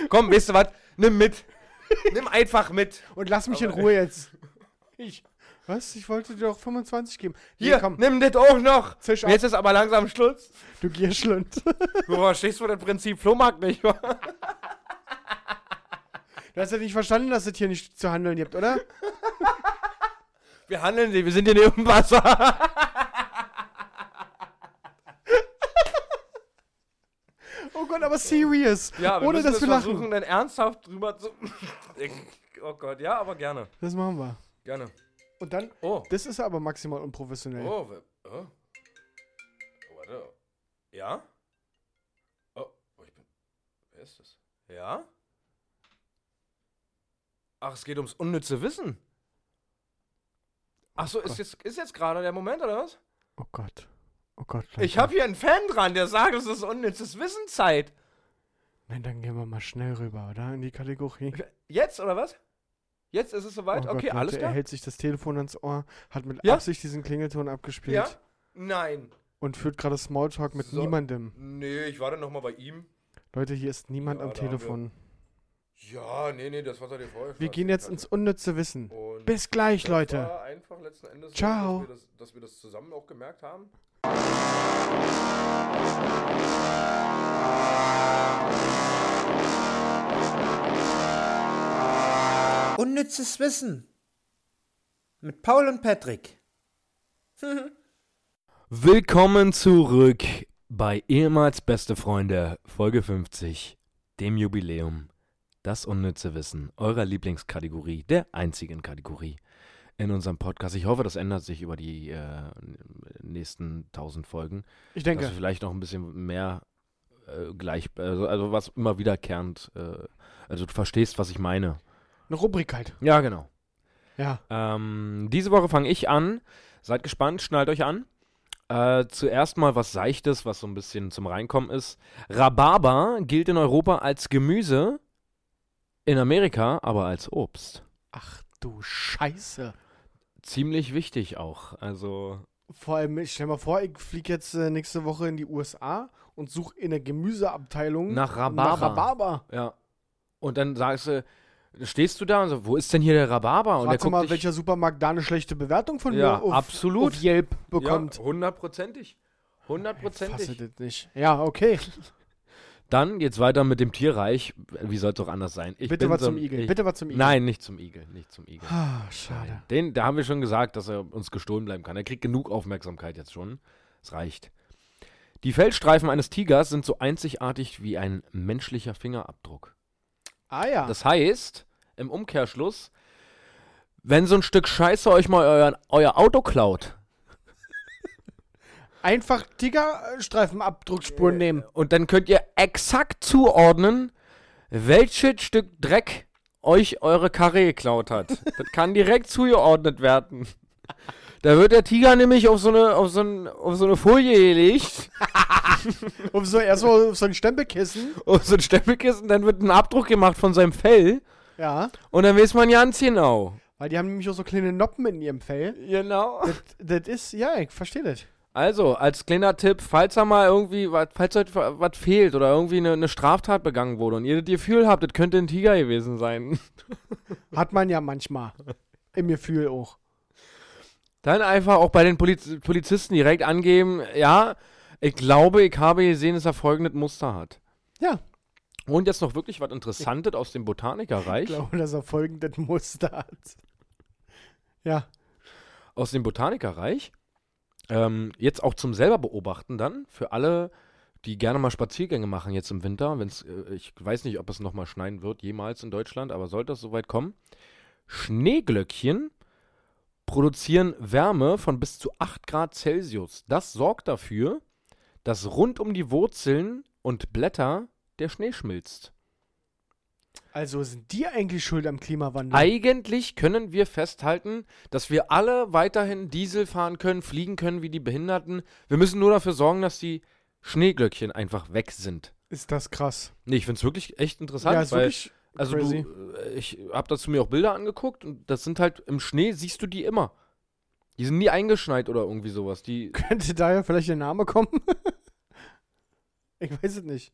Speaker 2: Komm, weißt du was? Nimm mit. Nimm einfach mit.
Speaker 3: Und lass mich
Speaker 2: Aber-
Speaker 3: in Ruhe jetzt. Ich, was? Ich wollte dir doch 25 geben. Nee,
Speaker 2: Hier, ne.
Speaker 3: komm,
Speaker 2: nimm das auch noch.
Speaker 3: Zisch ab.
Speaker 2: Jetzt ist aber langsam Schluss.
Speaker 3: du Gierschlund.
Speaker 2: Du verstehst du das Prinzip Flohmarkt nicht, wa?
Speaker 3: Du hast ja nicht verstanden, dass es hier nicht zu handeln gibt,
Speaker 2: [LAUGHS]
Speaker 3: oder?
Speaker 2: Wir handeln sie, wir sind hier neben dem Wasser.
Speaker 3: Oh Gott, aber [LAUGHS] serious. Ohne, dass wir lachen.
Speaker 2: dann ernsthaft drüber zu. oh Gott, ja, aber gerne.
Speaker 3: Das machen wir.
Speaker 2: Gerne.
Speaker 3: Und dann,
Speaker 2: Oh.
Speaker 3: das ist aber maximal unprofessionell.
Speaker 2: Oh, we- oh. Warte. oh, Ja? Oh, oh, ich bin. Wer ist das? Ja? Ach, es geht ums unnütze Wissen. Ach so,
Speaker 3: Gott.
Speaker 2: ist jetzt, ist jetzt gerade der Moment, oder was?
Speaker 3: Oh Gott. Oh Gott.
Speaker 2: Ich habe hier einen Fan dran, der sagt, es ist unnützes Wissen Zeit.
Speaker 3: Nein, dann gehen wir mal schnell rüber, oder? In die Kategorie.
Speaker 2: Jetzt, oder was? Jetzt ist es soweit?
Speaker 3: Oh
Speaker 2: okay,
Speaker 3: Gott,
Speaker 2: alles
Speaker 3: Leute, Er
Speaker 2: klar?
Speaker 3: hält sich das Telefon ans Ohr, hat mit
Speaker 2: Ja?
Speaker 3: Absicht diesen Klingelton abgespielt
Speaker 2: Ja? Nein.
Speaker 3: und führt gerade Smalltalk mit
Speaker 2: So.
Speaker 3: niemandem.
Speaker 2: Nee, ich warte nochmal bei ihm.
Speaker 3: Leute, hier ist niemand
Speaker 2: Ja,
Speaker 3: am
Speaker 2: da haben wir-
Speaker 3: Telefon.
Speaker 2: Ja, nee, nee, das war dir vorher.
Speaker 3: Wir gehen jetzt ins unnütze Wissen.
Speaker 2: Und
Speaker 3: Bis gleich,
Speaker 2: Oh, das
Speaker 3: Leute.
Speaker 2: war einfach letzten Endes so,
Speaker 3: Ciao.
Speaker 2: Dass wir, das, dass wir das zusammen auch gemerkt haben.
Speaker 4: Unnützes Wissen. Mit Paul und Patrick.
Speaker 2: [LAUGHS] Willkommen zurück bei ehemals beste Freunde, Folge 50, dem Jubiläum. Das unnütze Wissen, eurer Lieblingskategorie, der einzigen Kategorie in unserem Podcast. Ich hoffe, das ändert sich über die äh, nächsten 1000 Folgen,
Speaker 3: Ich
Speaker 2: dass wir
Speaker 3: denke,
Speaker 2: vielleicht noch ein bisschen mehr äh, gleich, also, also was immer wiederkehrend, äh, also du verstehst, was ich meine.
Speaker 3: eine Rubrik halt.
Speaker 2: Ja, genau.
Speaker 3: Ja.
Speaker 2: Ähm, diese Woche fange ich an. Seid gespannt, schnallt euch an. Äh, zuerst mal was Seichtes, was so ein bisschen zum Reinkommen ist. Rhabarber gilt in Europa als Gemüse, in Amerika aber als Obst.
Speaker 3: Ach du Scheiße.
Speaker 2: Ziemlich wichtig auch. Also,
Speaker 3: Vor allem, ich stell mal vor, ich fliege jetzt äh, nächste Woche in die USA und suche in der Gemüseabteilung
Speaker 2: Nach Rhabarber.
Speaker 3: Nach Rhabarber.
Speaker 2: ja. Und dann sagst du, stehst du da und so, wo ist denn hier der Rhabarber? Und der
Speaker 3: Warte
Speaker 2: guckt
Speaker 3: mal,
Speaker 2: dich-
Speaker 3: welcher Supermarkt da eine schlechte Bewertung von
Speaker 2: Ja,
Speaker 3: mir auf,
Speaker 2: absolut.
Speaker 3: auf Yelp bekommt.
Speaker 2: Ja, hundertprozentig.
Speaker 3: Fasse
Speaker 2: Hundertprozentig.
Speaker 3: das nicht. Ja, okay.
Speaker 2: Dann geht's weiter mit dem Tierreich. Wie soll es auch anders sein? Ich
Speaker 3: Bitte
Speaker 2: bin
Speaker 3: was
Speaker 2: so-
Speaker 3: zum Igel.
Speaker 2: Ich,
Speaker 3: Bitte was zum Igel.
Speaker 2: Nein, nicht zum Igel, nicht zum Igel.
Speaker 3: Ah, schade.
Speaker 2: Den, da haben wir schon gesagt, dass er uns gestohlen bleiben kann. Er kriegt genug Aufmerksamkeit jetzt schon. Es reicht. Die Fellstreifen eines Tigers sind so einzigartig wie ein menschlicher Fingerabdruck.
Speaker 3: Ah ja.
Speaker 2: Das heißt, im Umkehrschluss, wenn so ein Stück Scheiße euch mal euer, euer Auto klaut
Speaker 3: Einfach Tigerstreifenabdruckspuren nehmen.
Speaker 2: und dann könnt ihr exakt zuordnen, welches Stück Dreck euch eure Karre geklaut hat. das kann direkt zugeordnet werden. Da wird der Tiger nämlich auf so eine, auf so ein, auf so eine Folie gelegt. [LAUGHS]
Speaker 3: Auf Um so, erstmal auf so ein Stempelkissen.
Speaker 2: auf so ein Stempelkissen, dann wird ein Abdruck gemacht von seinem Fell
Speaker 3: Ja.
Speaker 2: und dann weiß man ganz genau.
Speaker 3: Weil die haben nämlich auch so kleine Noppen in ihrem Fell.
Speaker 2: Genau.
Speaker 3: Das, das ist, ja, ich verstehe das.
Speaker 2: Also, als kleiner Tipp, falls da mal irgendwie, wat- falls euch wa- was fehlt oder irgendwie eine, eine Straftat begangen wurde und ihr das Gefühl habt, das könnte ein Tiger gewesen sein, [LAUGHS]
Speaker 3: Hat man ja manchmal. Im Gefühl auch.
Speaker 2: dann einfach auch bei den Poliz Polizisten direkt angeben, ja, ich glaube, ich habe gesehen, dass er folgendes Muster hat.
Speaker 3: Ja.
Speaker 2: Und jetzt noch wirklich was Interessantes aus dem
Speaker 3: Ich
Speaker 2: Botanikerreich.
Speaker 3: glaube, dass er folgendes Muster hat. Ja.
Speaker 2: aus dem Botanikerreich. Ähm, jetzt auch zum selber beobachten dann, für alle, die gerne mal Spaziergänge machen jetzt im Winter, wenn's, äh, ich weiß nicht, ob es nochmal schneien wird, jemals in Deutschland, aber sollte es soweit kommen. Schneeglöckchen produzieren Wärme von bis zu 8 Grad Celsius. Das sorgt dafür, dass rund um die Wurzeln und Blätter der Schnee schmilzt.
Speaker 3: Also sind die eigentlich schuld am Klimawandel?
Speaker 2: Eigentlich können wir festhalten, dass wir alle weiterhin Diesel fahren können, fliegen können wie die Behinderten. Wir müssen nur dafür sorgen, dass die Schneeglöckchen einfach weg sind.
Speaker 3: ist das krass.
Speaker 2: Nee, ich find's wirklich echt interessant,
Speaker 3: ja, ist
Speaker 2: weil
Speaker 3: wirklich
Speaker 2: also
Speaker 3: crazy.
Speaker 2: du, äh, ich hab dazu mir auch Bilder angeguckt und das sind halt im Schnee siehst du die immer. Die sind nie eingeschneit oder irgendwie sowas.
Speaker 3: [LAUGHS]
Speaker 2: Die
Speaker 3: Könnte daher vielleicht der Name kommen? [LAUGHS] ich weiß es nicht.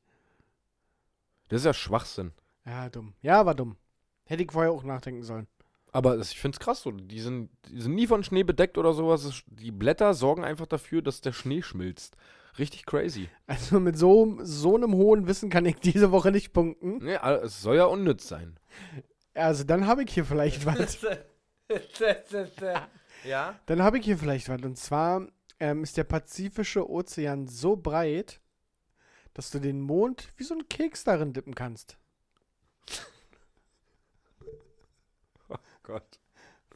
Speaker 2: das ist ja Schwachsinn.
Speaker 3: Ja, dumm. Ja, war dumm. Hätte ich vorher auch nachdenken sollen.
Speaker 2: Aber das, ich find's krass so, die sind die sind nie von Schnee bedeckt oder sowas. Es- Die Blätter sorgen einfach dafür, dass der Schnee schmilzt. Richtig crazy.
Speaker 3: Also mit so, so einem hohen Wissen kann ich diese Woche nicht punkten.
Speaker 2: Nee, aber es soll ja unnütz sein.
Speaker 3: Also dann habe ich hier
Speaker 2: [LAUGHS]
Speaker 3: vielleicht was.
Speaker 2: ja?
Speaker 3: Dann habe ich hier vielleicht was. Und zwar ähm, ist der Pazifische Ozean so breit, dass du den Mond wie so einen Keks darin dippen kannst.
Speaker 2: Gott.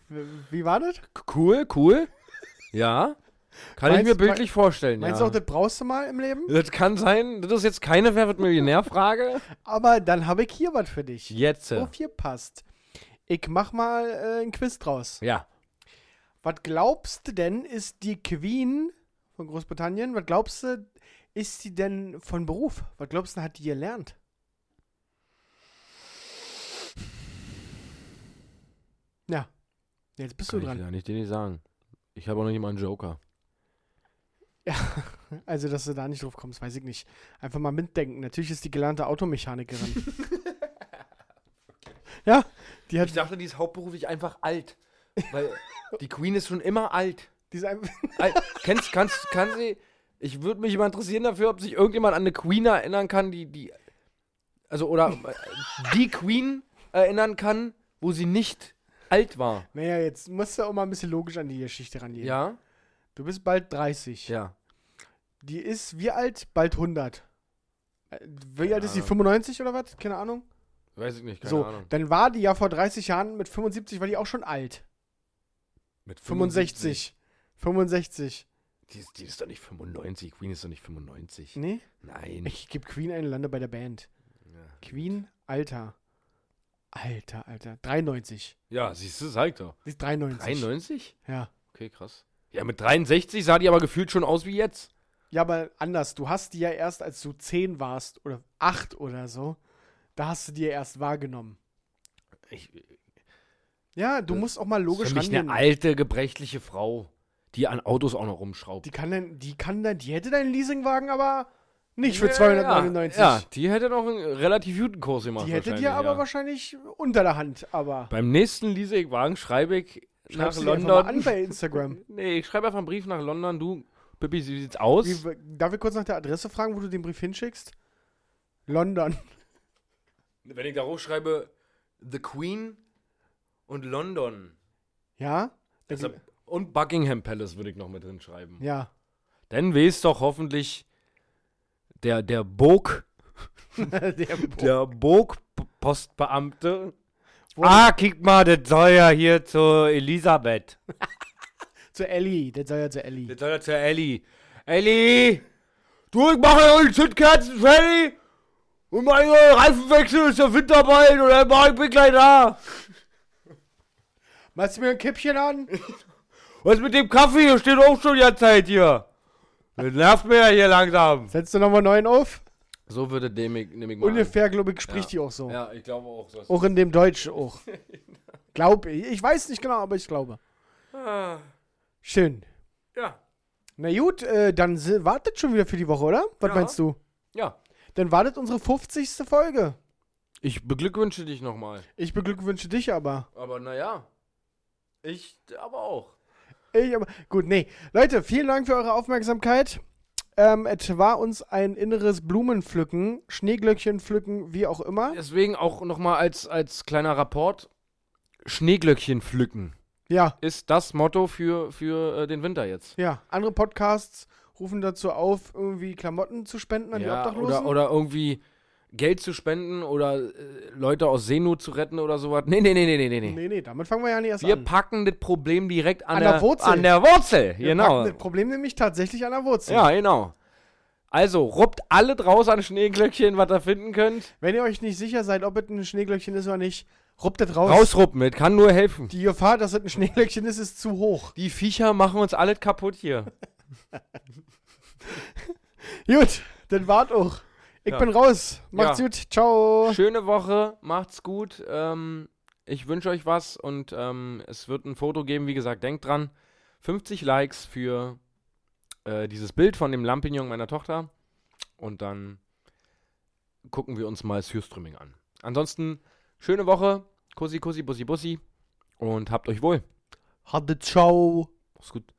Speaker 3: W- Wie war das?
Speaker 2: Cool, cool. Ja. Kann ich
Speaker 3: Meinst-
Speaker 2: mir bildlich vorstellen,
Speaker 3: Meinst
Speaker 2: ja.
Speaker 3: du auch, das brauchst du mal im Leben?
Speaker 2: das kann sein, das ist jetzt keine Wer wird Millionär-Frage.
Speaker 3: Aber dann habe ich hier was für dich.
Speaker 2: Jetzt.
Speaker 3: Aufgepasst. Ich mach mal äh, ein Quiz draus.
Speaker 2: Ja.
Speaker 3: Was glaubst du denn, ist die Queen von Großbritannien, was glaubst du, ist sie denn von Beruf? Was glaubst du, hat die gelernt? Ja. Jetzt bist
Speaker 2: Kann
Speaker 3: du
Speaker 2: ich
Speaker 3: dran.
Speaker 2: ja nicht dir nicht sagen. Ich habe auch noch nicht mal einen Joker.
Speaker 3: Also, dass du da nicht drauf kommst, weiß ich nicht. Einfach mal mitdenken. Natürlich ist die gelernte
Speaker 2: [LAUGHS]
Speaker 3: Automechanikerin. ja, die hat.
Speaker 2: dachte, die ist hauptberuflich einfach alt. Weil die Queen ist schon immer alt.
Speaker 3: Die ist einfach,
Speaker 2: Al- Kennst, kannst, kann sie. Ich würde mich immer interessieren dafür, ob sich irgendjemand an eine Queen erinnern kann, die, die. Also, oder äh, die Queen erinnern kann, wo sie nicht alt war.
Speaker 3: [LAUGHS] naja, jetzt musst du auch mal ein bisschen logisch an die Geschichte rangehen.
Speaker 2: Ja?
Speaker 3: Du bist bald 30.
Speaker 2: Ja.
Speaker 3: Die ist wie alt? Bald 100. Äh, Wie alt ist die?
Speaker 2: Ahnung.
Speaker 3: 95 oder was? Keine Ahnung.
Speaker 2: Weiß ich nicht,
Speaker 3: so, dann war die ja vor 30 Jahren mit 75, war die auch schon alt.
Speaker 2: Mit
Speaker 3: 65. 65.
Speaker 2: Die ist, die ist doch nicht 95. Queen ist doch nicht 95.
Speaker 3: Nee?
Speaker 2: Nein.
Speaker 3: Ich gebe Queen ein, lande bei der Band. Queen, Alter. Alter, Alter. 93.
Speaker 2: Ja, siehst du, sag doch.
Speaker 3: Die ist 93.
Speaker 2: 93?
Speaker 3: Ja.
Speaker 2: Okay, krass. Ja, mit 63 sah die aber gefühlt schon aus wie jetzt.
Speaker 3: Ja, aber anders. Du hast die ja erst, als du 10 warst oder 8 oder so, da hast du die ja erst wahrgenommen.
Speaker 2: Ich,
Speaker 3: Ja, du musst auch mal
Speaker 2: für
Speaker 3: logisch
Speaker 2: mich eine alte, gebrechliche Frau, die an Autos auch noch rumschraubt.
Speaker 3: Die kann dann, die kann dann, die hätte deinen Leasingwagen aber nicht für
Speaker 2: Ja,
Speaker 3: 299.
Speaker 2: Ja, die hätte noch einen relativ guten Kurs gemacht.
Speaker 3: die hätte dir
Speaker 2: wahrscheinlich,
Speaker 3: aber
Speaker 2: ja.
Speaker 3: wahrscheinlich unter der Hand, aber
Speaker 2: Beim nächsten Leasingwagen schreibe ich nach
Speaker 3: schreibst du dir einfach
Speaker 2: London.
Speaker 3: mal an bei
Speaker 2: [LAUGHS]
Speaker 3: Instagram.
Speaker 2: nee, ich schreibe einfach einen Brief nach London. Du, Pippi, wie sieht's aus?
Speaker 3: Wie, darf ich kurz nach der Adresse fragen, wo du den Brief hinschickst? London. [LAUGHS]
Speaker 2: Wenn ich da hochschreibe, The Queen und London.
Speaker 3: Ja?
Speaker 2: Also, und Buckingham Palace würde ich noch mit drin schreiben.
Speaker 3: ja. [LAUGHS]
Speaker 2: Dann weiß doch hoffentlich der, der Burg,
Speaker 3: der,
Speaker 2: der Burg-Postbeamte. Ah, kick mal, das soll ja hier zu Elisabeth.
Speaker 3: Zu Ellie. Der soll ja zu Ellie.
Speaker 2: Das soll ja zu Ellie. Ellie! Du, ich mache ja die Zündkerzen fertig! Und meine Reifenwechsel ist der Winter bald und dann mach ich bin gleich da!
Speaker 3: Machst du mir ein Kippchen an?
Speaker 2: Was mit dem Kaffee? Hier steht auch schon die ganze Zeit hier. Das nervt mir ja hier langsam.
Speaker 3: Setzt du nochmal neuen auf?
Speaker 2: So würde dem ich, nehm ich mal
Speaker 3: Ungefähr, glaube ich, spricht die auch so.
Speaker 2: an. Ja, ich glaube auch. So
Speaker 3: Auch in dem Deutsch auch. glaube ich. Ich weiß nicht genau, aber ich glaube. Schön.
Speaker 2: Ja.
Speaker 3: Na gut, äh, dann si- wartet schon wieder für die Woche, oder? Was
Speaker 2: Ja.
Speaker 3: meinst du?
Speaker 2: Ja.
Speaker 3: Dann wartet unsere 50. Folge.
Speaker 2: Ich beglückwünsche dich nochmal.
Speaker 3: Ich beglückwünsche dich aber.
Speaker 2: Aber naja. Ich aber auch.
Speaker 3: Ich aber. Gut, nee. Leute, vielen Dank für eure Aufmerksamkeit. Ähm, es war uns ein inneres Blumenpflücken, Schneeglöckchen pflücken, wie auch immer.
Speaker 2: Deswegen auch nochmal als, als kleiner Rapport. Schneeglöckchen pflücken
Speaker 3: Ja,
Speaker 2: ist das Motto für, für äh, den Winter jetzt.
Speaker 3: ja. Andere Podcasts rufen dazu auf, irgendwie Klamotten zu spenden an die Obdachlosen.
Speaker 2: oder, oder irgendwie Geld zu spenden oder äh, Leute aus Seenot zu retten oder sowas. Nee, nee, nee, nee, nee, nee. nee.
Speaker 3: nee, nee, damit fangen wir ja nicht erst
Speaker 2: Wir
Speaker 3: an.
Speaker 2: packen das Problem direkt an,
Speaker 3: An der Wurzel.
Speaker 2: An der Wurzel,
Speaker 3: Wir
Speaker 2: genau.
Speaker 3: packen das Problem nämlich tatsächlich an der Wurzel.
Speaker 2: Ja, genau. Also, ruppt alle draus an Schneeglöckchen, was ihr finden könnt.
Speaker 3: Wenn ihr euch nicht sicher seid, ob es ein Schneeglöckchen ist oder nicht, ruppt das raus.
Speaker 2: Rausruppen, das kann nur helfen.
Speaker 3: Die Gefahr, dass es ein Schneeglöckchen ist, ist zu hoch.
Speaker 2: Die Viecher machen uns alles kaputt hier.
Speaker 3: Gut, dann wart auch. Ich
Speaker 2: Ja.
Speaker 3: bin raus. Macht's
Speaker 2: Ja.
Speaker 3: gut. Ciao.
Speaker 2: Schöne Woche, macht's gut. Ähm, ich wünsche euch was und ähm, es wird ein Foto geben. Wie gesagt, denkt dran: 50 Likes für äh, dieses Bild von dem Lampignon meiner Tochter. Und dann gucken wir uns mal Sürströming an. Ansonsten, schöne Woche. Kussi, Kussi, Bussi, Bussi. Und habt euch wohl.
Speaker 3: Hatte Ciao.
Speaker 2: Macht's gut.